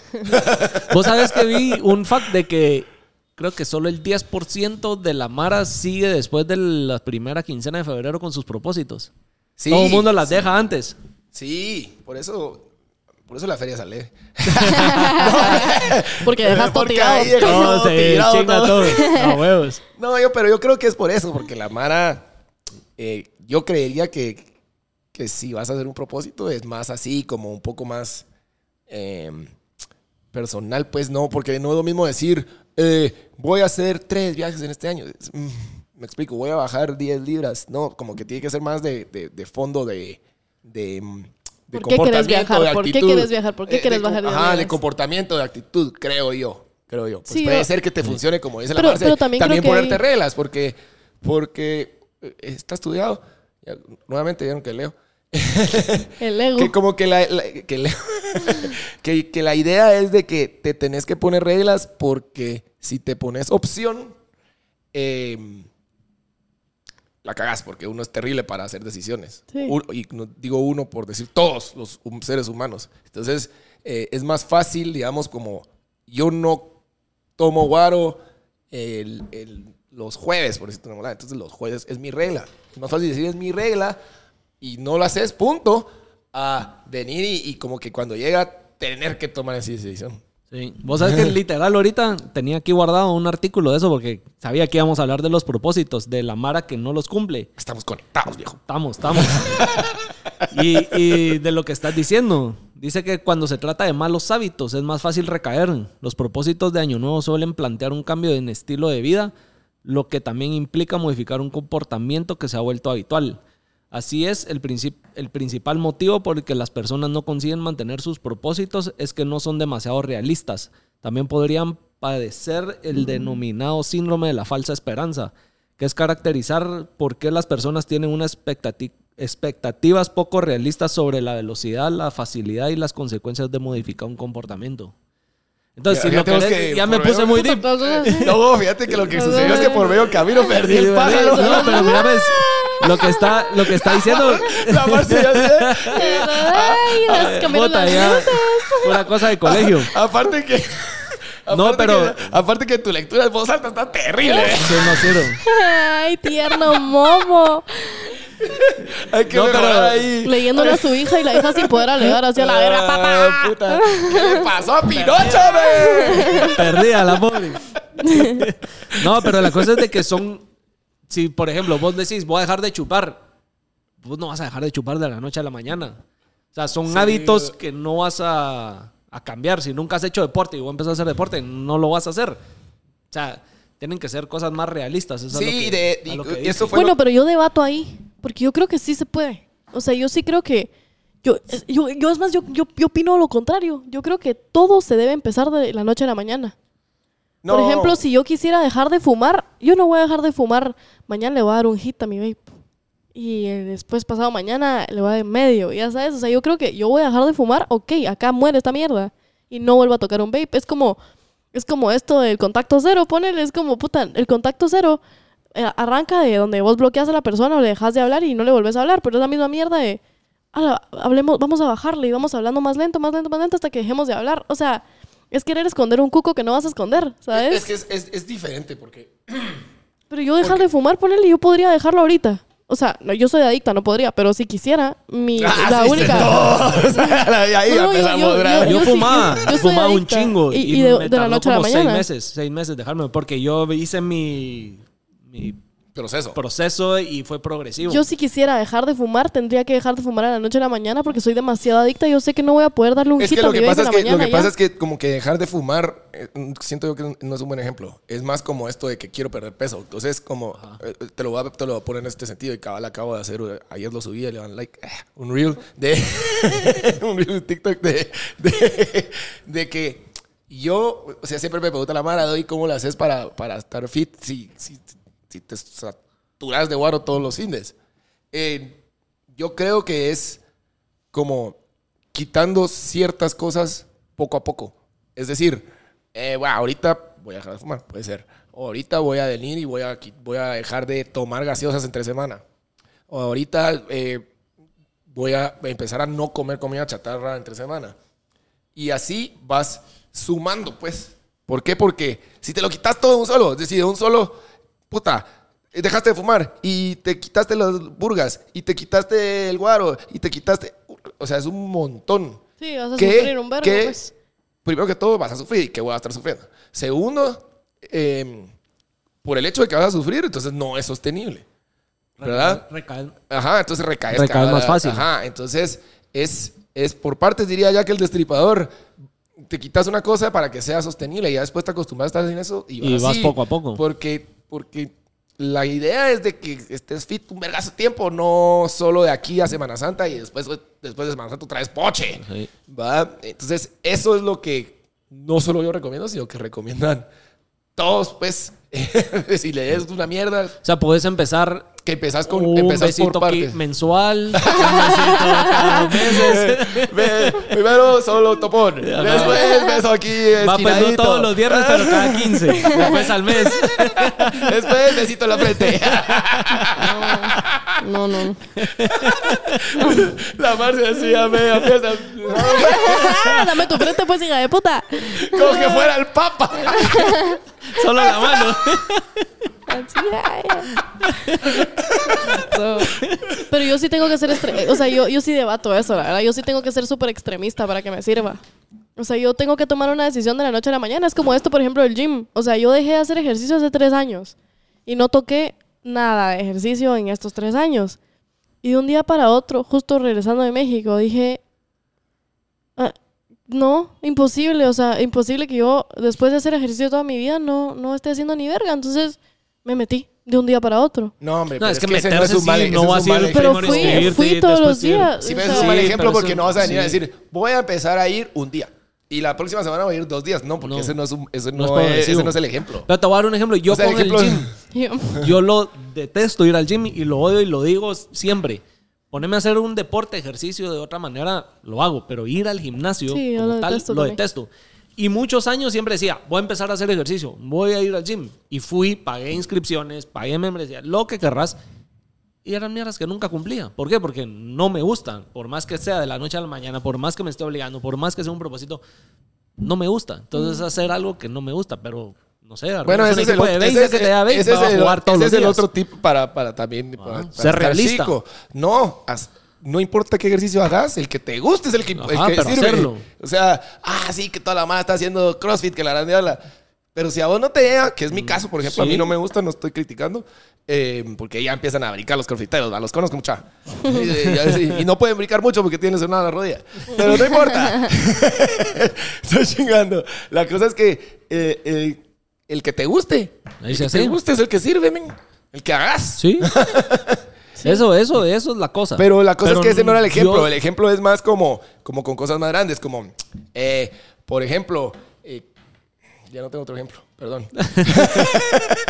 Vos sabés que vi un fact de que creo que solo el 10% de la Mara sigue después de la primera quincena de febrero con sus propósitos.
Sí.
Todo el mundo las deja antes.
Sí, por eso, por eso la feria sale.
Porque dejas todo
eh, Porque
tirado.
ahí dejó todo tirado, todo.
A huevos.
No, yo, pero yo creo que es por eso, porque la Mara, eh, yo creería que, que si vas a hacer un propósito, es más así, como un poco más eh, personal, pues no, porque no es lo mismo decir, eh, voy a hacer tres viajes en este año. Es, mm, me explico, voy a bajar 10 libras. No, como que tiene que ser más de, de- de fondo de... de mm, de
¿Por qué quieres
comportamiento,
viajar?
de
¿Por qué
actitud. Eh,
quieres viajar? ¿Por qué
de
quieres
com-
bajar 10
Ajá, de
libras?
comportamiento, de actitud, creo yo. Creo yo. Pues
Sí,
puede
o-
ser que te funcione como dice la
Pero-
Marce.
pero también creo que
ponerte
hay-
reglas, porque, porque eh, está estudiado. Ya, nuevamente vieron que leo.
El ego.
Que como que la, la- que, leo. que, que la idea es de que te tenés que poner reglas porque si te pones opción, eh, la cagás, porque uno es terrible para hacer decisiones.
Sí.
Un- y no digo uno por decir todos los hum- seres humanos. Entonces, eh, es más fácil, digamos, como yo no tomo guaro el- el- los jueves, por decirte una molada. Entonces, los jueves es mi regla. Es más fácil decir es mi regla y no lo haces, punto, a venir y, y como que cuando llega, tener que tomar esa decisión.
Sí. Vos sabés que literal ahorita tenía aquí guardado un artículo de eso porque sabía que íbamos a hablar de los propósitos, de la Mara que no los cumple.
Estamos conectados, viejo.
Estamos, estamos. y, y de lo que estás diciendo, dice que cuando se trata de malos hábitos es más fácil recaer. Los propósitos de Año Nuevo suelen plantear un cambio en estilo de vida, lo que también implica modificar un comportamiento que se ha vuelto habitual. Así es, el, princip- el principal motivo por el que las personas no consiguen mantener sus propósitos es que no son demasiado realistas. También podrían padecer el denominado síndrome de la falsa esperanza, que es caracterizar por qué las personas tienen unas expectati- expectativas poco realistas sobre la velocidad, la facilidad y las consecuencias de modificar un comportamiento. Entonces,
Ya-
si
ya
lo
tenemos
querés-
que
ya me
volver-
puse muy deep.
Entonces,
No, fíjate que lo que sucedió es que por medio camino perdí el pájaro.
No, pero mira, ves, lo que está, lo que está diciendo. eh,
La Marcia ya sé.
ay, las cambiaron
Puta,
las
ya,
luces.
Una cosa de colegio.
Aparte que.
No,
aparte
pero-
que- aparte que tu lectura en voz alta está terrible.
Sí, no sirve.
Ay, tierno momo.
Hay que
No,
mejorar
pero-
ahí.
Leyéndole a su hija y la hija sin poder alegar hacia la verga,
Ah,
papá.
puta. ¿Qué le pasó a Pinocho, ve?
Perdida la pobre. No, pero la cosa es de que son. Si, por ejemplo, vos decís, voy a dejar de chupar, vos no vas a dejar de chupar de la noche a la mañana. O sea, son hábitos que no vas a, a cambiar. Si nunca has hecho deporte y vos empezás a hacer deporte, no lo vas a hacer. O sea, tienen que ser cosas más realistas. Eso es lo
Sí,
que-
de-
a
y-
lo que
y
dije.
eso fue.
Bueno,
lo-
pero yo debato ahí, porque yo creo que sí se puede. O sea, yo sí creo que... Yo, es- yo, yo, es más, yo, yo, yo opino lo contrario. Yo creo que todo se debe empezar de la noche a la mañana.
No.
Por ejemplo, si yo quisiera dejar de fumar, yo no voy a dejar de fumar. Mañana le voy a dar un hit a mi vape. Y eh, después, pasado mañana, le voy a dar medio. Ya sabes, o sea, yo creo que yo voy a dejar de fumar, ok, acá muere esta mierda. Y no vuelvo a tocar un vape. Es como, es como esto del contacto cero, ponele. Es como, puta, el contacto cero eh, arranca de donde vos bloqueas a la persona o le dejas de hablar y no le volvés a hablar. Pero es la misma mierda de, "Ala, hablemos, vamos a bajarle y vamos hablando más lento, más lento, más lento hasta que dejemos de hablar. O sea, es querer esconder un cuco que no vas a esconder, ¿sabes?
Es que es, es- es diferente porque.
Pero yo dejar de fumar, ponerle, yo podría dejarlo ahorita. O sea, no, yo soy adicta, no podría, pero si quisiera, mi,
Ah,
la
sí,
única.
todos. Ahí
No, no, yo-
empezamos
yo-
bravo.
yo
Yo
sí-
fumaba,
yo- yo soy
fumaba un
adicta.
chingo.
Y-
Y,
y de-
me
de la
tardó
noche a la
como
mañana.
Seis meses, seis meses dejarme, porque yo hice mi, mi
Proceso.
proceso y fue progresivo.
Yo si quisiera dejar de fumar, tendría que dejar de fumar a la noche a la mañana porque soy demasiado adicta y yo sé que no voy a poder darle un
Es
hit
que
a
lo
mi
que
baby
pasa
en
es
la
que lo que
mañana,
pasa
ya.
es que como que dejar de fumar, eh, mm, siento yo que no es un buen ejemplo. Es más como esto de que quiero perder peso. Entonces, como eh, eh, te lo, voy a, te lo voy a poner en este sentido, y cabal acabo de hacer, eh, ayer lo subí, y le dan like, eh, un reel de un reel de TikTok de, de, de que yo, o sea, siempre me pregunta la Mara, doy cómo le haces para, para estar fit si, si, si te saturas de guaro todos los fines. Eh, yo creo que es como quitando ciertas cosas poco a poco. Es decir, eh, bueno, ahorita voy a dejar de fumar, puede ser. O ahorita voy a venir y voy a, qui- voy a dejar de tomar gaseosas entre semana. O ahorita eh, voy a empezar a no comer comida chatarra entre semana. Y así vas sumando, pues. ¿Por qué? Porque si te lo quitas todo de un solo, es decir, de un solo, puta, eh, dejaste de fumar y te quitaste las burgas y te quitaste el guaro y te quitaste, o sea, es un montón.
Sí, vas a
¿Qué?
sufrir un verbo,
¿Qué?
pues.
Primero que todo, vas a sufrir y que voy a estar sufriendo. Segundo, eh, por el hecho de que vas a sufrir, entonces no es sostenible. ¿Verdad?
Recaen-
Ajá, entonces recaes.
Recaes
cada-
más fácil.
Ajá, entonces es, es por partes, diría ya que el destripador te quitas una cosa para que sea sostenible y ya después te acostumbras a estar en eso y vas,
Y vas
así.
poco a poco.
Porque, porque la idea es de que estés fit un vergazo de tiempo, no solo de aquí a Semana Santa y después, después de Semana Santa traes poche.
Sí.
¿va? Entonces, eso es lo que no solo yo recomiendo, sino que recomiendan todos, pues, si le des una mierda,
O sea, puedes empezar
que empezás, con,
un
empezás por
besito aquí
partes.
mensual, un besito cada mes.
Ve, primero solo topón. Después beso aquí
Va pues no
esquinadito.
todos los viernes, pero cada 15. Después al mes.
Después besito en la frente.
No, no, no.
La Mar se hacía media fiesta.
Dame tu frente, pues, hija de puta.
Como que fuera el papa.
Solo la mano.
Así, ay, ay. So, pero yo sí tengo que ser estre- eh, o sea, yo, yo sí debato eso, la verdad. Yo sí tengo que ser súper extremista para que me sirva. O sea, yo tengo que tomar una decisión de la noche a la mañana. Es como esto, por ejemplo, del gym. O sea, yo dejé de hacer ejercicio hace tres años y no toqué nada de ejercicio en estos tres años. Y de un día para otro, justo regresando de México, dije, "Ah, no, imposible, o sea, imposible que yo después de hacer ejercicio toda mi vida no, no esté haciendo ni verga. Entonces me metí de un día para otro.
No, hombre,
No,
pero
es que
ese no es
meterse
un mal e-
sí, no
ese
va
es
a
un mal
ser-
ejemplo.
Pero
Primero
fui,
inscribirte,
fui todos los
después ir.
días.
Si
o
ves
sea,
es un mal
Sí,
ejemplo
pero
porque
eso-
no vas a venir a
sí.
decir, voy a empezar a ir un día. Y la próxima semana voy a ir dos días. No, porque
No.
ese no es un- ese
No es
no es-
progresivo.
ese no es el ejemplo.
Pero te voy a dar un ejemplo. Yo
O sea,
con
ejemplo-
el gym.
yo-
Yo lo detesto ir al gym y lo odio y lo digo siempre. Ponerme a hacer un deporte, ejercicio de otra manera, lo hago, pero ir al gimnasio
Sí, yo
como
lo
tal,
detesto
lo
también.
detesto. Y muchos años siempre decía, voy a empezar a hacer ejercicio, voy a ir al gym. Y fui, pagué inscripciones, pagué membresía, lo que querrás. Y eran mierdas que nunca cumplía. ¿Por qué? Porque no me gustan. Por más que sea de la noche a la mañana, por más que me esté obligando, por más que sea un propósito, no me gusta. Entonces hacer algo que no me gusta, pero no sé.
Bueno,
armemos
ese
un
es el
equipo
ot-
de
ese
béisbol
es-
que te da béisbol,
ese es
va a
el-
jugar todos
ese
los
es el
días. Ah,
otro tip para, para también para- para
ser
estar
realista.
chico. No, haz- no importa qué ejercicio hagas, el que te guste es el que, el
Ajá,
que
pero
sirve.
hacerlo.
O sea, ah, sí, que toda la mala está haciendo crossfit, que la grandiola. Pero si a vos no te llega, que es mi caso, por ejemplo, a mí
Mm, sí.
no me gusta, no estoy criticando, eh, porque ya empiezan a brincar los crossfiteros, ¿va? los conozco mucha. Y, eh, ya sí, y no pueden brincar mucho porque tienen lesionada la rodilla. Pero no importa. Estoy chingando. La cosa es que eh, el, el que te guste,
Ahí
el
se
que te
hace.
guste es el que sirve, men. El que hagas.
Sí. Eso, eso, eso es la cosa.
Pero la cosa
Pero
es que ese no era el ejemplo.
yo-
El ejemplo es más como, como con cosas más grandes, como, eh, por ejemplo, eh, ya no tengo otro ejemplo, perdón.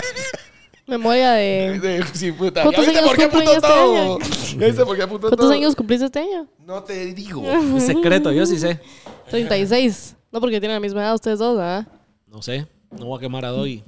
memoria de...
De- sí, puta. ¿Ya
¿Cuántos
viste
años
por qué
cumplen
apuntó
este
todo?
año?
¿Ya viste por qué apuntó
¿Cuántos
todo?
años cumpliste este año?
No te digo.
Es secreto, yo sí sé.
36. No porque tienen la misma edad ustedes dos, ¿verdad?
No sé. No voy a quemar a Doy.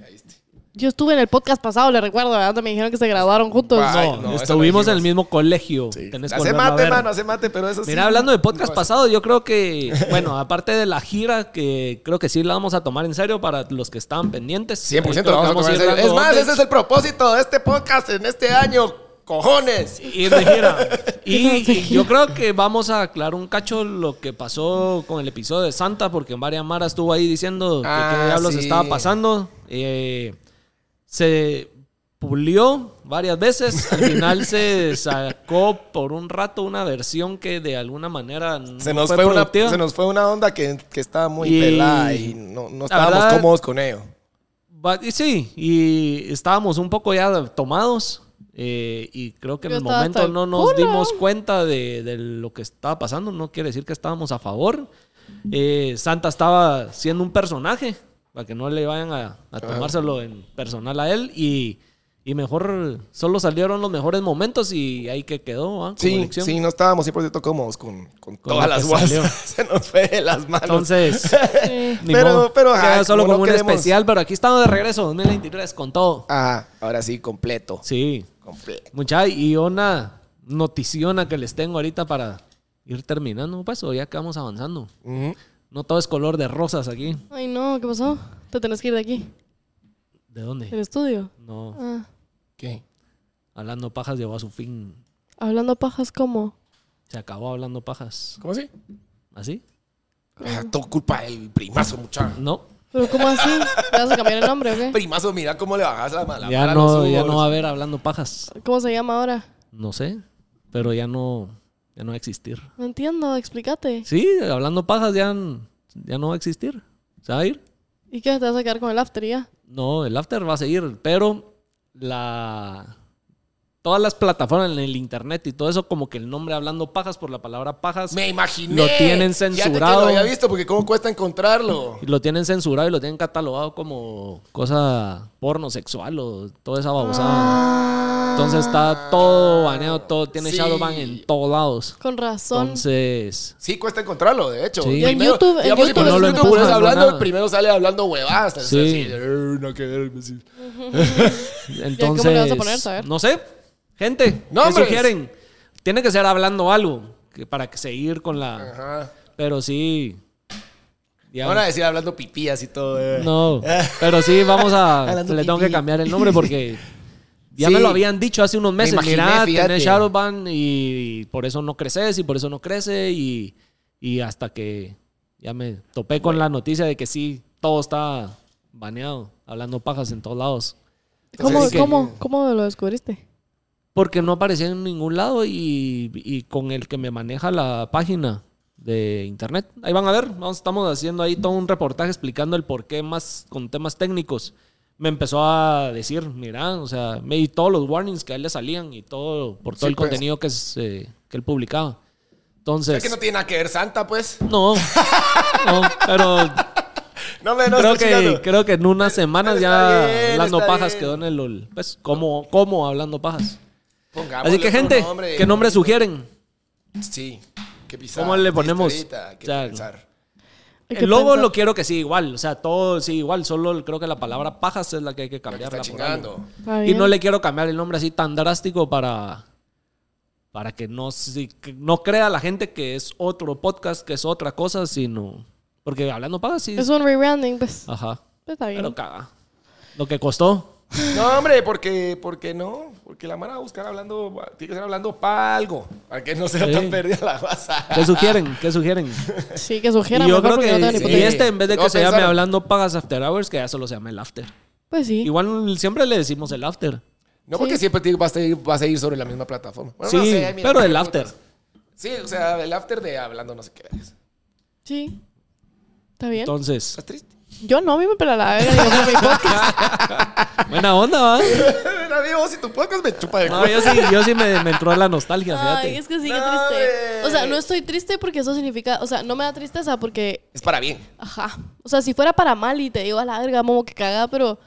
Yo estuve en el podcast pasado, le recuerdo, ¿verdad? Donde Me dijeron que se graduaron juntos.
Va. Ay,
No,
no, eso
estuvimos
lo dijimos.
en el mismo colegio.
Sí.
Tenés que
Hace
volverlo a
mate,
ver.
mano, hace mate, pero eso sí.
Mira, hablando de podcast
No,
pasado, yo creo que, bueno, aparte de la gira, que creo que sí la vamos a tomar en serio para los que estaban pendientes.
100%
Creo
lo
que
vamos a tomar en
ir
serio. Es
dando
más,
updates.
ese es el propósito de este podcast en este año. cojones.
Y Regina, y yo creo que vamos a aclarar un cacho lo que pasó con el episodio de Santa, porque María Mara estuvo ahí diciendo que
Ah,
qué diablos
sí.
estaba pasando. Eh, se pulió varias veces, al final se sacó por un rato una versión que de alguna manera no
Se nos, fue una,
productiva.
se nos fue una onda que, que estaba muy
Y-
pelada y no, no
La
estábamos
verdad-
cómodos con ello.
Va- y sí, y estábamos un poco ya tomados. eh, y creo que en
Yo
el
estaba
momento
hasta el
no nos
culo.
dimos cuenta de, de lo que estaba pasando. No quiere decir que estábamos a favor. Eh, Santa estaba siendo un personaje, para que no le vayan a, a tomárselo en personal a él. Y, y mejor, solo salieron los mejores momentos y ahí que quedó. ¿va? Como
Sí,
lección.
sí, no estábamos 100% cómodos con, con
Con
todas
lo que
las guas.
salió.
Se nos fue de las manos.
Entonces,
Sí.
ni
Pero-
modo.
pero, ajá,
Queda solo
como
como,
no
un
queremos-
especial, pero aquí estamos de regreso, 2023, con todo.
Ajá, Ah, ahora sí, completo.
Sí,
Completo.
Mucha, y una noticiona que les tengo ahorita para ir terminando, pues, o ya que vamos avanzando.
Ujú.
No todo es color de rosas aquí.
Ay, no, ¿qué pasó? Te tenés que ir de aquí,
¿De
del
dónde?
estudio.
No,
Ah,
¿Qué?
hablando pajas llegó a su fin.
hablando pajas como.
Se acabó hablando pajas.
¿Cómo así?
¿Así?
Ah, todo culpa del primazo, muchacho.
No,
¿Pero cómo así? ¿Le vas a cambiar el nombre o qué?
Primazo, mira cómo le bajas la mala.
ya no, ya no va a haber hablando pajas.
¿Cómo se llama ahora?
No sé, pero ya no, ya no va a existir.
No entiendo, explícate.
Sí, hablando pajas ya, n- ya no va a existir. ¿Se va a ir?
¿Y qué? ¿Te vas a quedar con el after y ya?
No, el after va a seguir, pero la todas las plataformas en el internet y todo eso como que el nombre hablando pajas por la palabra pajas
Me imaginé.
Lo tienen
Fíjate que
censurado.
lo había visto porque cómo cuesta encontrarlo.
lo tienen censurado y lo tienen catalogado como cosa porno sexual o toda esa babosada.
Ah.
Entonces está todo baneado, todo tiene
Sí.
shadowban en todos lados.
Con razón.
Entonces,
Sí, cuesta encontrarlo, de hecho.
Sí.
Y en YouTube- en
digamos, si
YouTube
pones
no lo
YouTube pones
empujas, no
hablando,
nada.
el primero sale hablando huevadas.
Sí.
Sí. no que ver, sí.
entonces
le vas a poner, saber?
no sé, gente, ¿qué
Nombres.
sugieren? Tiene que ser hablando algo que para que seguir con la
Ah.
Ajá.
Pero sí. ya-
Ahora decir hablando pipías y todo. eh.
no, pero sí, vamos a.
Hablando
le tengo que
pipí.
cambiar el nombre porque ya me
Sí.
lo habían dicho hace unos meses.
imaginé,
Mira,
fíjate.
tenés Shadowban y por eso no creces y por eso no crece. Y, y hasta que ya me topé con la noticia de que sí, todo está baneado, hablando pajas en todos lados.
¿Cómo,
Entonces,
cómo, cómo lo descubriste?
Porque no aparecía en ningún lado y, y con el que me maneja la página de internet. Ahí van a ver, vamos, estamos haciendo ahí todo un reportaje explicando el por qué más con temas técnicos. Me empezó a decir, mira, o sea, me di todos los warnings que a él le salían y todo, por todo
Sí,
el
pues.
contenido que, se- que él publicaba.
Es
Entonces,
que no tiene nada que ver Santa, pues.
no, no, pero
No me no
creo,
estoy
que,
chingando.
creo que en unas semanas ya
Está bien,
Hablando
está
Pajas
bien.
quedó en el, ol- pues, como, como Hablando Pajas.
Pongámosle
Así que,
otro pues,
gente, ¿qué nombre sugieren?
Sí. Qué pisada.
¿Cómo le
qué
ponemos?
historita, qué
O sea,
pensar.
Hay que
El logo
pensar.
lo quiero que sí igual, o sea, todo sí igual, solo el- creo que la palabra pajas es la que hay que
La que
cambiar.
está chingando.
Está
Y no
bien.
le quiero cambiar el nombre así tan drástico para, para que no, sí- que no crea la gente que es otro podcast, que es otra cosa, sino... Porque hablando pajas sí...
Es un rebranding, pues.
Ajá.
Pues Está bien.
Ah, Pero caga. Lo que costó.
No, hombre, porque, porque no. Porque la mara va a buscar hablando, tiene que ser hablando para algo. Para que no sea
Sí.
tan perdida la raza.
¿Qué sugieren? ¿Qué sugieren?
Sí, que sugiera
Y
mejor
yo creo
porque
que
no tengo ni
sí.
puta
y
idea.
este en vez de
No
que se llame
pensaron.
hablando pagas after hours, que ya solo se llame el after.
Pues sí.
Igual siempre le decimos el after.
No, porque siempre tiene- va, a seguir, va a seguir sobre la misma plataforma. Bueno,
sí,
no sé, mira,
pero
qué
el
putas.
after.
Sí, o sea, el after de hablando no sé qué. vergas.
Sí. Está bien.
Entonces...
¿Estás triste?
Yo no, a mí me pela la verga. digo, fue mi podcast.
Buena onda, ¿va?
David, vos y tu podcast me chupa de
No, yo sí, yo sí me, me entró la nostalgia,
Ay,
fíjate.
es que sí, qué
No,
triste.
hombre.
O sea, no estoy triste porque eso significa... O sea, no me da tristeza porque...
Es para bien.
Ajá. O sea, si fuera para mal y te digo a la verga, momo, que caga, pero...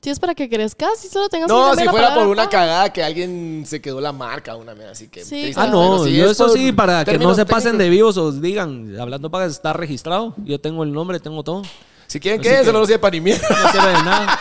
Si es para que crezcas y solo tengas que
No,
cambiar
si
la
fuera por
palabra,
una
ah.
cagada que alguien se quedó la marca, una mierda así que.
Sí,
triste,
Ah,
pero
no,
si
yo
es
eso
por
sí, para que no
términos
se pasen
técnicos.
de vivos os digan, hablando para que está registrado, yo tengo el nombre, tengo todo,
Si quieren,
Así
que
que-
no lo sepa ni mierda.
no sirve de nada.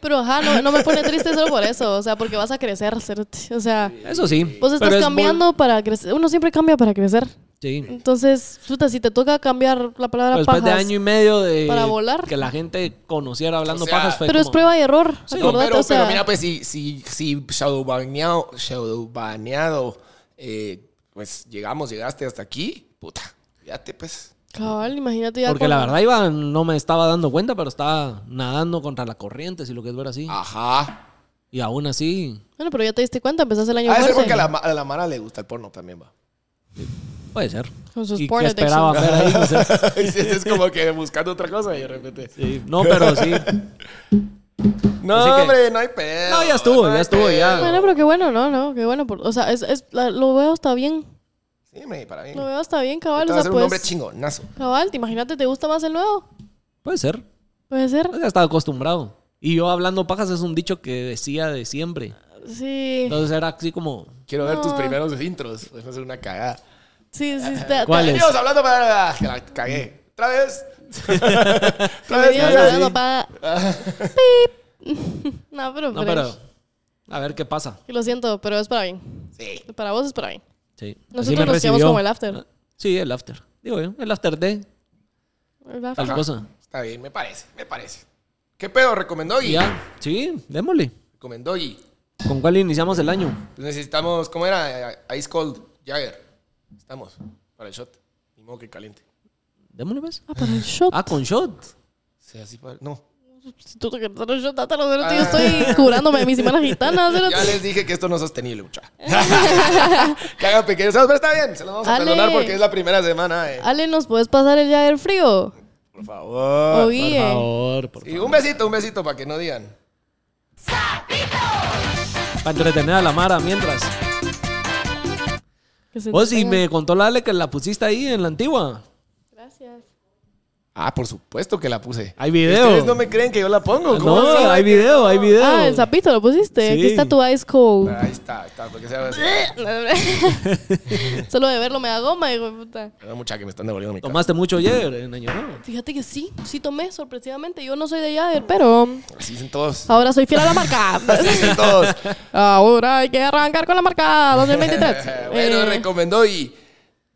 Pero ajá, no, no me pone triste solo por eso. O sea, porque vas a crecer, cerote. O sea,
Eso sí.
vos
pero
Pues estás
es
cambiando para crecer. Uno siempre cambia para crecer.
bol- Sí.
Entonces, puta, si te toca cambiar la palabra
Pero después
pajas.
de año y medio de
Para volar.
que la gente conociera hablando
O sea,
pajas fue
pero es
como-
prueba y error.
Sí,
No,
acordate,
pero,
o sea,
pero mira, pues si, si, si shadowbaneado, shadowbaneado, eh, pues llegamos, llegaste hasta aquí, puta, fíjate pues.
cabal, imagínate ya.
porque la
con-
verdad iba no me estaba dando cuenta pero estaba nadando contra la corriente si lo que es ver así
Ah. Ajá.
y aún así
Bueno, pero ya te diste cuenta, empezaste el año
A ser
fuerte.
porque a la, ma- a la Mara le gusta el porno también, va.
puede ser
Con sus
y
porn
que esperaba
addictions.
ver ahí no sé.
es, es como que buscando otra cosa y de repente.
Sí, no pero sí
No,
Así que-
hombre, no hay pedo.
No, ya estuvo,
hay
ya estuvo, ya.
pedo.
Bueno, pero qué bueno, no, no, qué bueno. por- o sea, es, es- la- lo veo hasta bien.
Sí, hombre, para mí.
Lo
Te
veo hasta bien, cabal.
vas
O
a
sea,
ser un hombre
pues,
chingonazo.
cabal, te imagínate, ¿te gusta más el nuevo?
puede ser
Puede ser.
ya estaba acostumbrado y yo hablando pajas es un dicho que decía de siempre
Sí,
entonces era así como
Quiero ver tus
No.
primeros intros. Vas a hacer una cagada.
sí, sí. Está,
¿Cuál es?
Venimos hablando para. ah, Que la cagué. Otra vez. Otra vez.
Bienvenidos
otra
a
vez.
Hablando Pa- Pip. no, pero,
no pero a ver qué pasa
Lo siento, pero es para bien.
Sí.
Para vos es para bien.
sí
Nosotros nos quedamos como el after.
sí el after digo yo el after de
¿Verdad?
tal
Ajá.
cosa
Está bien, me parece, me parece. ¿Qué pedo? ¿Recomendó
Y
Gui?
ya sí démosle
Recomendó Gui. Pues
¿Con cuál iniciamos el año?
Necesitamos, ¿cómo era? Eh, Ice Cold Jagger. Estamos para el shot. Ni modo que caliente.
Démosle pues.
Ah, para el shot.
Ah, con shot.
Sí, así para... No.
Si tú te quieres dar un shot, dátelo, cerote, Yo estoy curándome de mis semanas gitanas.
Ah. Ya les dije que esto no es sostenible, mucha. que hagan pequeños. Pero está bien, se los vamos a
Ale.
perdonar porque es la primera semana. eh.
Ale, ¿nos puedes pasar el Jagger frío?
Por favor.
O
Ah, Por
Guille.
favor, por
Y un besito, un besito para que no digan.
Para entretener a la Mara mientras.
Que se
Vos, y
entretengan.
me contó la Ale que la pusiste ahí en la antigua.
Gracias.
Ah, por supuesto que la puse.
Hay video.
Ustedes no me creen que yo la pongo. ¿Cómo
No,
saben
hay
que
video,
no?
hay video.
Ah, el sapito lo pusiste. Aquí
Sí.
está tu ice cold.
Ahí está, ahí está. Porque se llama así.
Solo de verlo me da goma, hijo de puta.
Perdón, mucha que me están devolviendo mi casa.
Tomaste mucho ayer en Año Nuevo.
Fíjate que sí, sí tomé sorpresivamente. Yo no soy de Jagger, pero
Así dicen todos.
ahora soy fiel a la marca.
Así dicen todos.
ahora hay que arrancar con la marca 2023.
Eh, bueno,
Eh,
recomendó y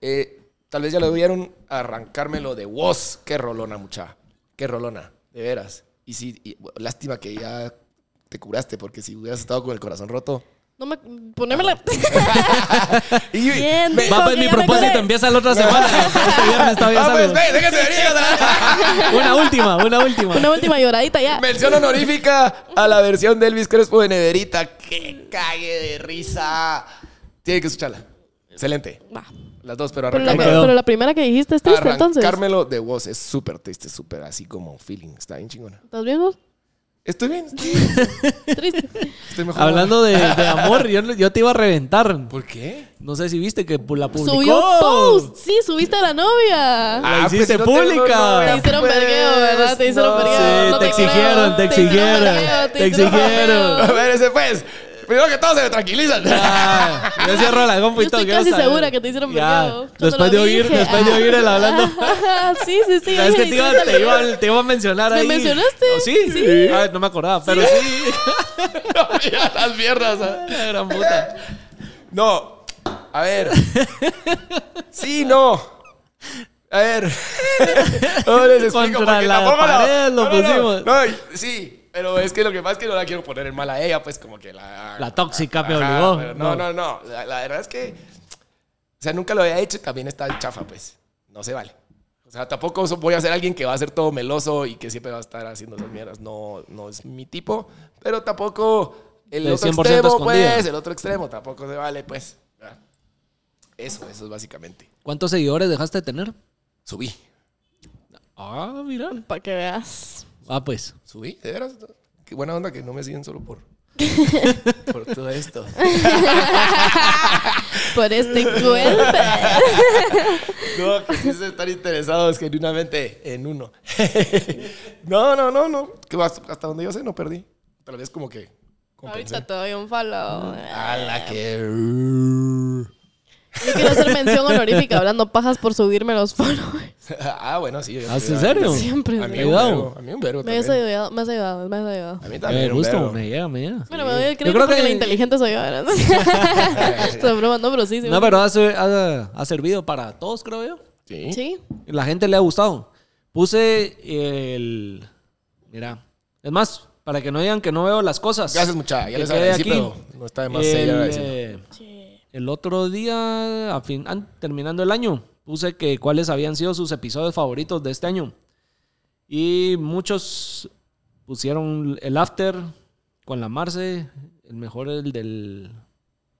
eh, tal vez ya lo vieron arrancármelo de vos. Qué rolona, mucha. Qué rolona, de veras. Y sí, y, bueno, lástima que ya te curaste porque si hubieras estado con el corazón roto.
no me... Ponémela.
Y,
Bien,
me-
dijo.
Va, pues
que
mi
ya me
propósito
curé.
empieza la otra semana. Este viernes todavía
Ah, pues,
salgo.
ve, déjense venir, o sea,
Una última, una última.
Una última lloradita ya.
Mención honorífica a la versión de Elvis Crespo de Neverita. ¡Qué cague de risa! Tiene que escucharla. Excelente.
Va.
Las dos, pero
Pero la,
arrancármelo.
quedó.
pero la primera que dijiste es triste, entonces.
Arrancármelo de vos es súper triste, súper así como un feeling. Está bien chingona.
¿Estás bien vos?
Estoy bien, estoy, bien,
Triste.
estoy mejor.
Hablando de, de amor, yo, yo te iba a reventar.
¿Por qué?
No sé si viste que la publicó. Ah,
Subió post. Sí, subiste a la novia.
Ah,
La
pues,
hiciste pública.
Te hicieron vergueo, ¿verdad? Te hicieron vergueo.
pues. Sí,
no
te
te creo.
exigieron, te
Te hicieron
exigieron,
vergueo, te
te
hicieron
exigieron.
vergueo.
A ver, ese pues. Primero que todo se me tranquilizan.
Ah, yo cierro la compu y
Yo estoy
todo, quiero
casi
saber.
segura que te hicieron
Ya,
vergueo. Yo te
Después
lo
de oír,
dije.
después de oír el hablando.
Ah, sí, sí, sí.
¿Sabes
yo
que
dije,
te iba,
sí,
te, iba, te iba a mencionar
¿Me
ahí?
mencionaste?
¿Oh, sí?
Sí.
Ah, no me acordaba, pero sí.
Mira las mierdas. ah.
La gran puta.
No. A ver. Sí, no. A ver. No les explico
Contra
porque
la
tampoco la-
pared lo
no, no, no.
pusimos.
No, y- sí, pero es que lo que pasa es que no la quiero poner en mala a ella, pues como que la
La tóxica me
Ajá,
obligó.
pero No, no, no. La, la verdad es que o sea, nunca lo había hecho y también está chafa, pues. No se vale. O sea, tampoco so- voy a ser alguien que va a ser todo meloso y que siempre va a estar haciendo esas mierdas. No, no es mi tipo. Pero tampoco el
El
otro
100%
extremo,
escondido.
pues. El otro extremo tampoco se vale, pues. Ah. Eso, eso es básicamente.
¿Cuántos seguidores dejaste de tener?
Subí.
Ah, mira.
Para que veas.
Ah, pues.
Subí, de veras. Qué buena onda que no me siguen solo por... por todo esto.
Por este cuerpo.
No, que sí se están interesados genuinamente en uno. no, no, no, no. Que vas- hasta donde yo sé no perdí. Tal vez como que compensé.
Ahorita te doy un follow.
uh. A la que...
quiero hacer mención honorífica hablando pajas por subirme los followers.
ah, bueno, sí. yo-
¿Ah,
yo-
en serio?
Siempre.
A mí
sí.
un
Cuidado.
vergo, A mí un vergo
Me has
también.
ayudado, me has ayudado, me has ayudado.
A mí
Me
también un
gusta,
vergo.
me llega, me llega.
Bueno, me doy el
creo
crédito porque
que-
la inteligente soy yo, ¿verdad? Se broma, no, pero sí. sí
No, pero ha, ser- ha- ha servido para todos, creo yo.
Sí.
Sí.
La gente le ha gustado. Puse eh, el... Mira, es más, para que no digan que no veo las cosas.
Gracias, muchacha. Ya
Que
les
quede
agradecí,
aquí.
pero no está de más seguir
El,
agradeciendo.
eh, el otro día, a fin- an- terminando el año, puse que cuáles habían sido sus episodios favoritos de este año. Y muchos pusieron el after con la Marce, el mejor el del...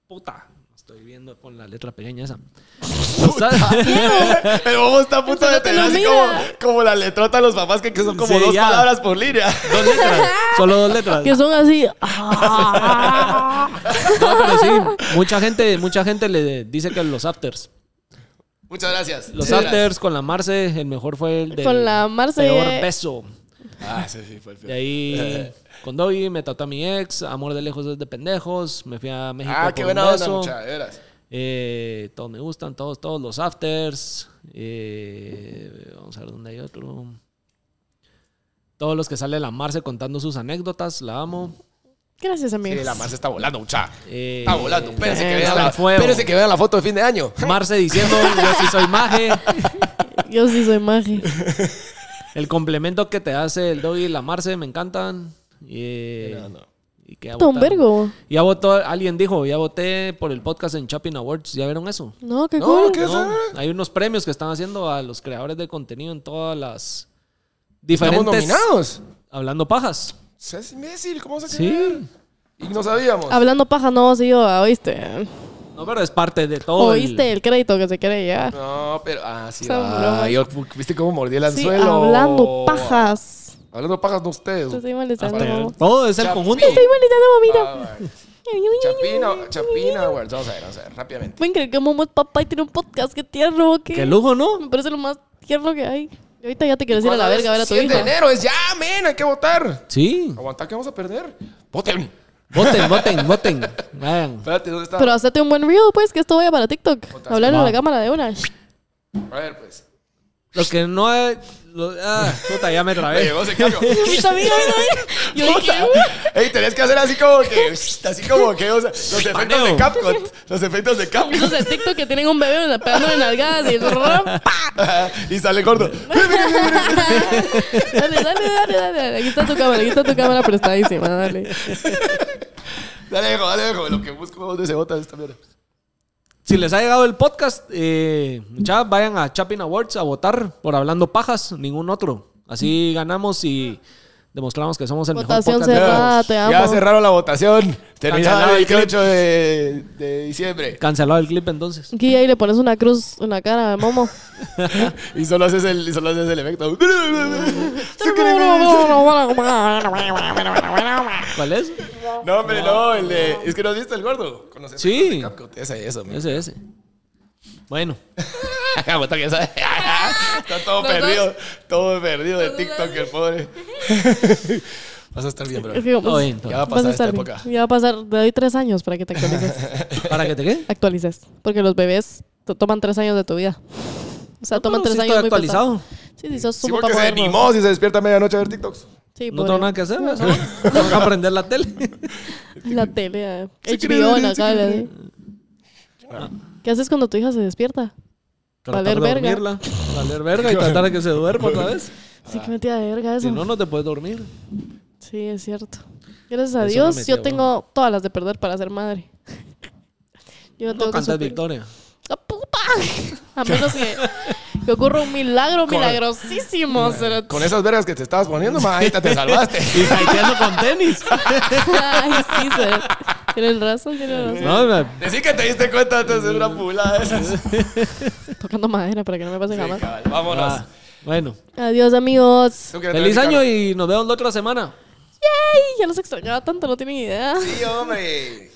Puta, estoy viendo con la letra pequeña esa.
El bobo está a punto
Eso
de
no te
tener
lo
así
mira.
como, como la letrota de los papás que, que son como
Sí,
dos
ya.
palabras por línea.
Dos letras, solo dos letras.
Que son así.
No, pero sí, mucha gente, mucha gente le dice que los afters.
Muchas gracias.
Los
Muchas
afters con la Marce, el mejor fue el del
Con la Marce.
peor beso.
gracias. Ah, sí, sí, fue el peor.
De ahí con Doggy me trató a mi ex, amor de lejos es de pendejos, me fui a México.
Ah,
por
qué
un
buena onda,
beso.
mucha, de veras.
Eh, todos me gustan, todos, todos los afters. Eh, vamos a ver dónde hay otro. Todos los que sale la Marce contando sus anécdotas, la amo.
Gracias,
Sí,
amigos.
la Marce está volando, mucha.
Eh,
Está Ah, volando. Espérense que,
eh,
vean
al
la,
fuego.
espérense que vean la foto de fin de año.
Marce diciendo, yo sí soy maje.
Yo sí soy magia.
El complemento que te hace el Doggy y la Marce me encantan. Eh,
No, no.
y que ya
Tom
votaron.
Vergo.
Ya votó, alguien dijo, ya voté por el podcast en Shopping Awards. ¿Ya vieron eso?
No, qué
No,
cool.
¿qué?
No,
sabe?
hay unos premios que están haciendo a los creadores de contenido en todas las
Estamos
diferentes.
nominados.
Hablando pajas.
Es imbécil, ¿cómo se
Sí.
Y no sabíamos.
Hablando paja, no, sí, yo, ah, ¿oíste?
No, pero es parte de todo. el-
¿Oíste el crédito que se quiere llevar?
No, pero. Ah, sí.
Esa
Ah,
broma.
yo, ¿Viste cómo mordí el
Sí,
anzuelo?
hablando pajas.
Hablando pajas de ustedes.
Te estoy molestando.
hasta el-
mamá.
todo es el
Chapi.
conjunto.
Estoy molestando, mamita.
Ah, bueno.
Ay, ay, ay, ay.
Chapina, Chapina Awards. Vamos a ver, vamos a ver, rápidamente.
Pueden creer que Momo es papá y tiene un podcast. Qué tierno, qué.
Qué lujo, ¿no?
Me parece lo más tierno que hay. Y ahorita ya te quieres ir a la
¿Cuándo es?
verga a ver a tu
100 de
hija.
enero es ya, men, hay que votar.
Sí.
Aguanta que vamos a perder. Voten.
Voten, voten, voten. Vayan.
Espérate, ¿dónde está?
Pero hacete un buen reel, pues, que esto vaya para TikTok.
Puta,
Hablarle a
va.
la cámara de una.
A ver, pues.
Los que no. hay- los- ah, puta, ya me
Me
trabé.
llegó ese cambio.
Mira, mira, mira. Yo dije,
Puta. Ey, tenés que hacer así como que. Así como que. o sea, los efectos de Capcom. Los efectos de Capcom.
Esos de TikTok que tienen un bebé pegándole nalgadas y ¡pa!
y sale gordo.
Dale, dale, dale, dale. Aquí está tu cámara, aquí está tu cámara prestadísima, dale.
Dale, hijo, dale, hijo. Lo que busco dónde se vota esta mierda.
Si les ha llegado el podcast, eh, ya vayan a Chapin Awards a votar por Hablando Pajas, ningún otro. Así ganamos y demostramos que somos el
Votación
mejor podcast. de
cerrada.
todos.
Ah, te
Ya
amo.
cerraron la votación. Terminaba
Cancelado
el
el clip.
28 de, de diciembre.
Cancelado el clip entonces.
Aquí ahí le pones una cruz en la cara al momo.
Y solo haces el, y solo haces el efecto.
¿Cuál es?
No, hombre, no. El de, es que no has visto el gordo. Con los efectos
Sí.
de Capcom. Ese, eso, mira.
Ese, ese. Bueno,
Aguanta que esa- Está todo
Los
perdido. Todo perdido de
los dos
TikTok, el pobre. Vas a estar bien, bro.
Es que, pues,
todo bien. todo
Ya va a
Vas a
pasar esta
estar
época.
bien. Ya va a pasar, te doy tres años para que te actualices.
bien. ¿Para que te qué?
Actualices. Porque los bebés to- toman tres años de tu vida. O sea, toman
No,
tres
sí
años
estoy
muy pesados.
actualizado.
Sí, sí, sos
Sí,
un papá
porque se
moderno.
animó si se despierta a medianoche a ver TikToks.
Sí,
No
pobre.
tengo nada que hacer. eso. Tengo que aprender la tele.
La tele, eh.
Sí,
HBO en la
sí,
cara.
sí.
eh. ¿Qué haces cuando tu hija se despierta?
Tratar
Valer
de
verga.
dormirla. Valer verga y tratar de que se duerma otra vez.
Sí, que metida de verga eso.
Si no, no te puedes dormir.
Sí, es cierto. Gracias a
Eso
Dios,
me metió,
yo tengo todas las de perder para ser madre. Yo no
No
tengo que
cantas
sufrir.
victoria.
¡La puta! A menos que, que ocurra un milagro
Con-
milagrosísimo. cerote.
Con esas vergas que te estabas poniendo, majita, te salvaste.
Y caiteando con tenis.
Ay, sí, cerote. Tienes razón, tienes razón.
No, me-
Decí que te diste cuenta antes de una pulada de esas.
Tocando madera para que no me pase jamás.
Cabal, Vámonos.
Ah, bueno.
Adiós, amigos.
Tú que
Feliz
te vas a
año
picar.
y nos vemos la otra semana.
¡Yay! Ya los extrañaba tanto, no tienen idea.
Sí, hombre.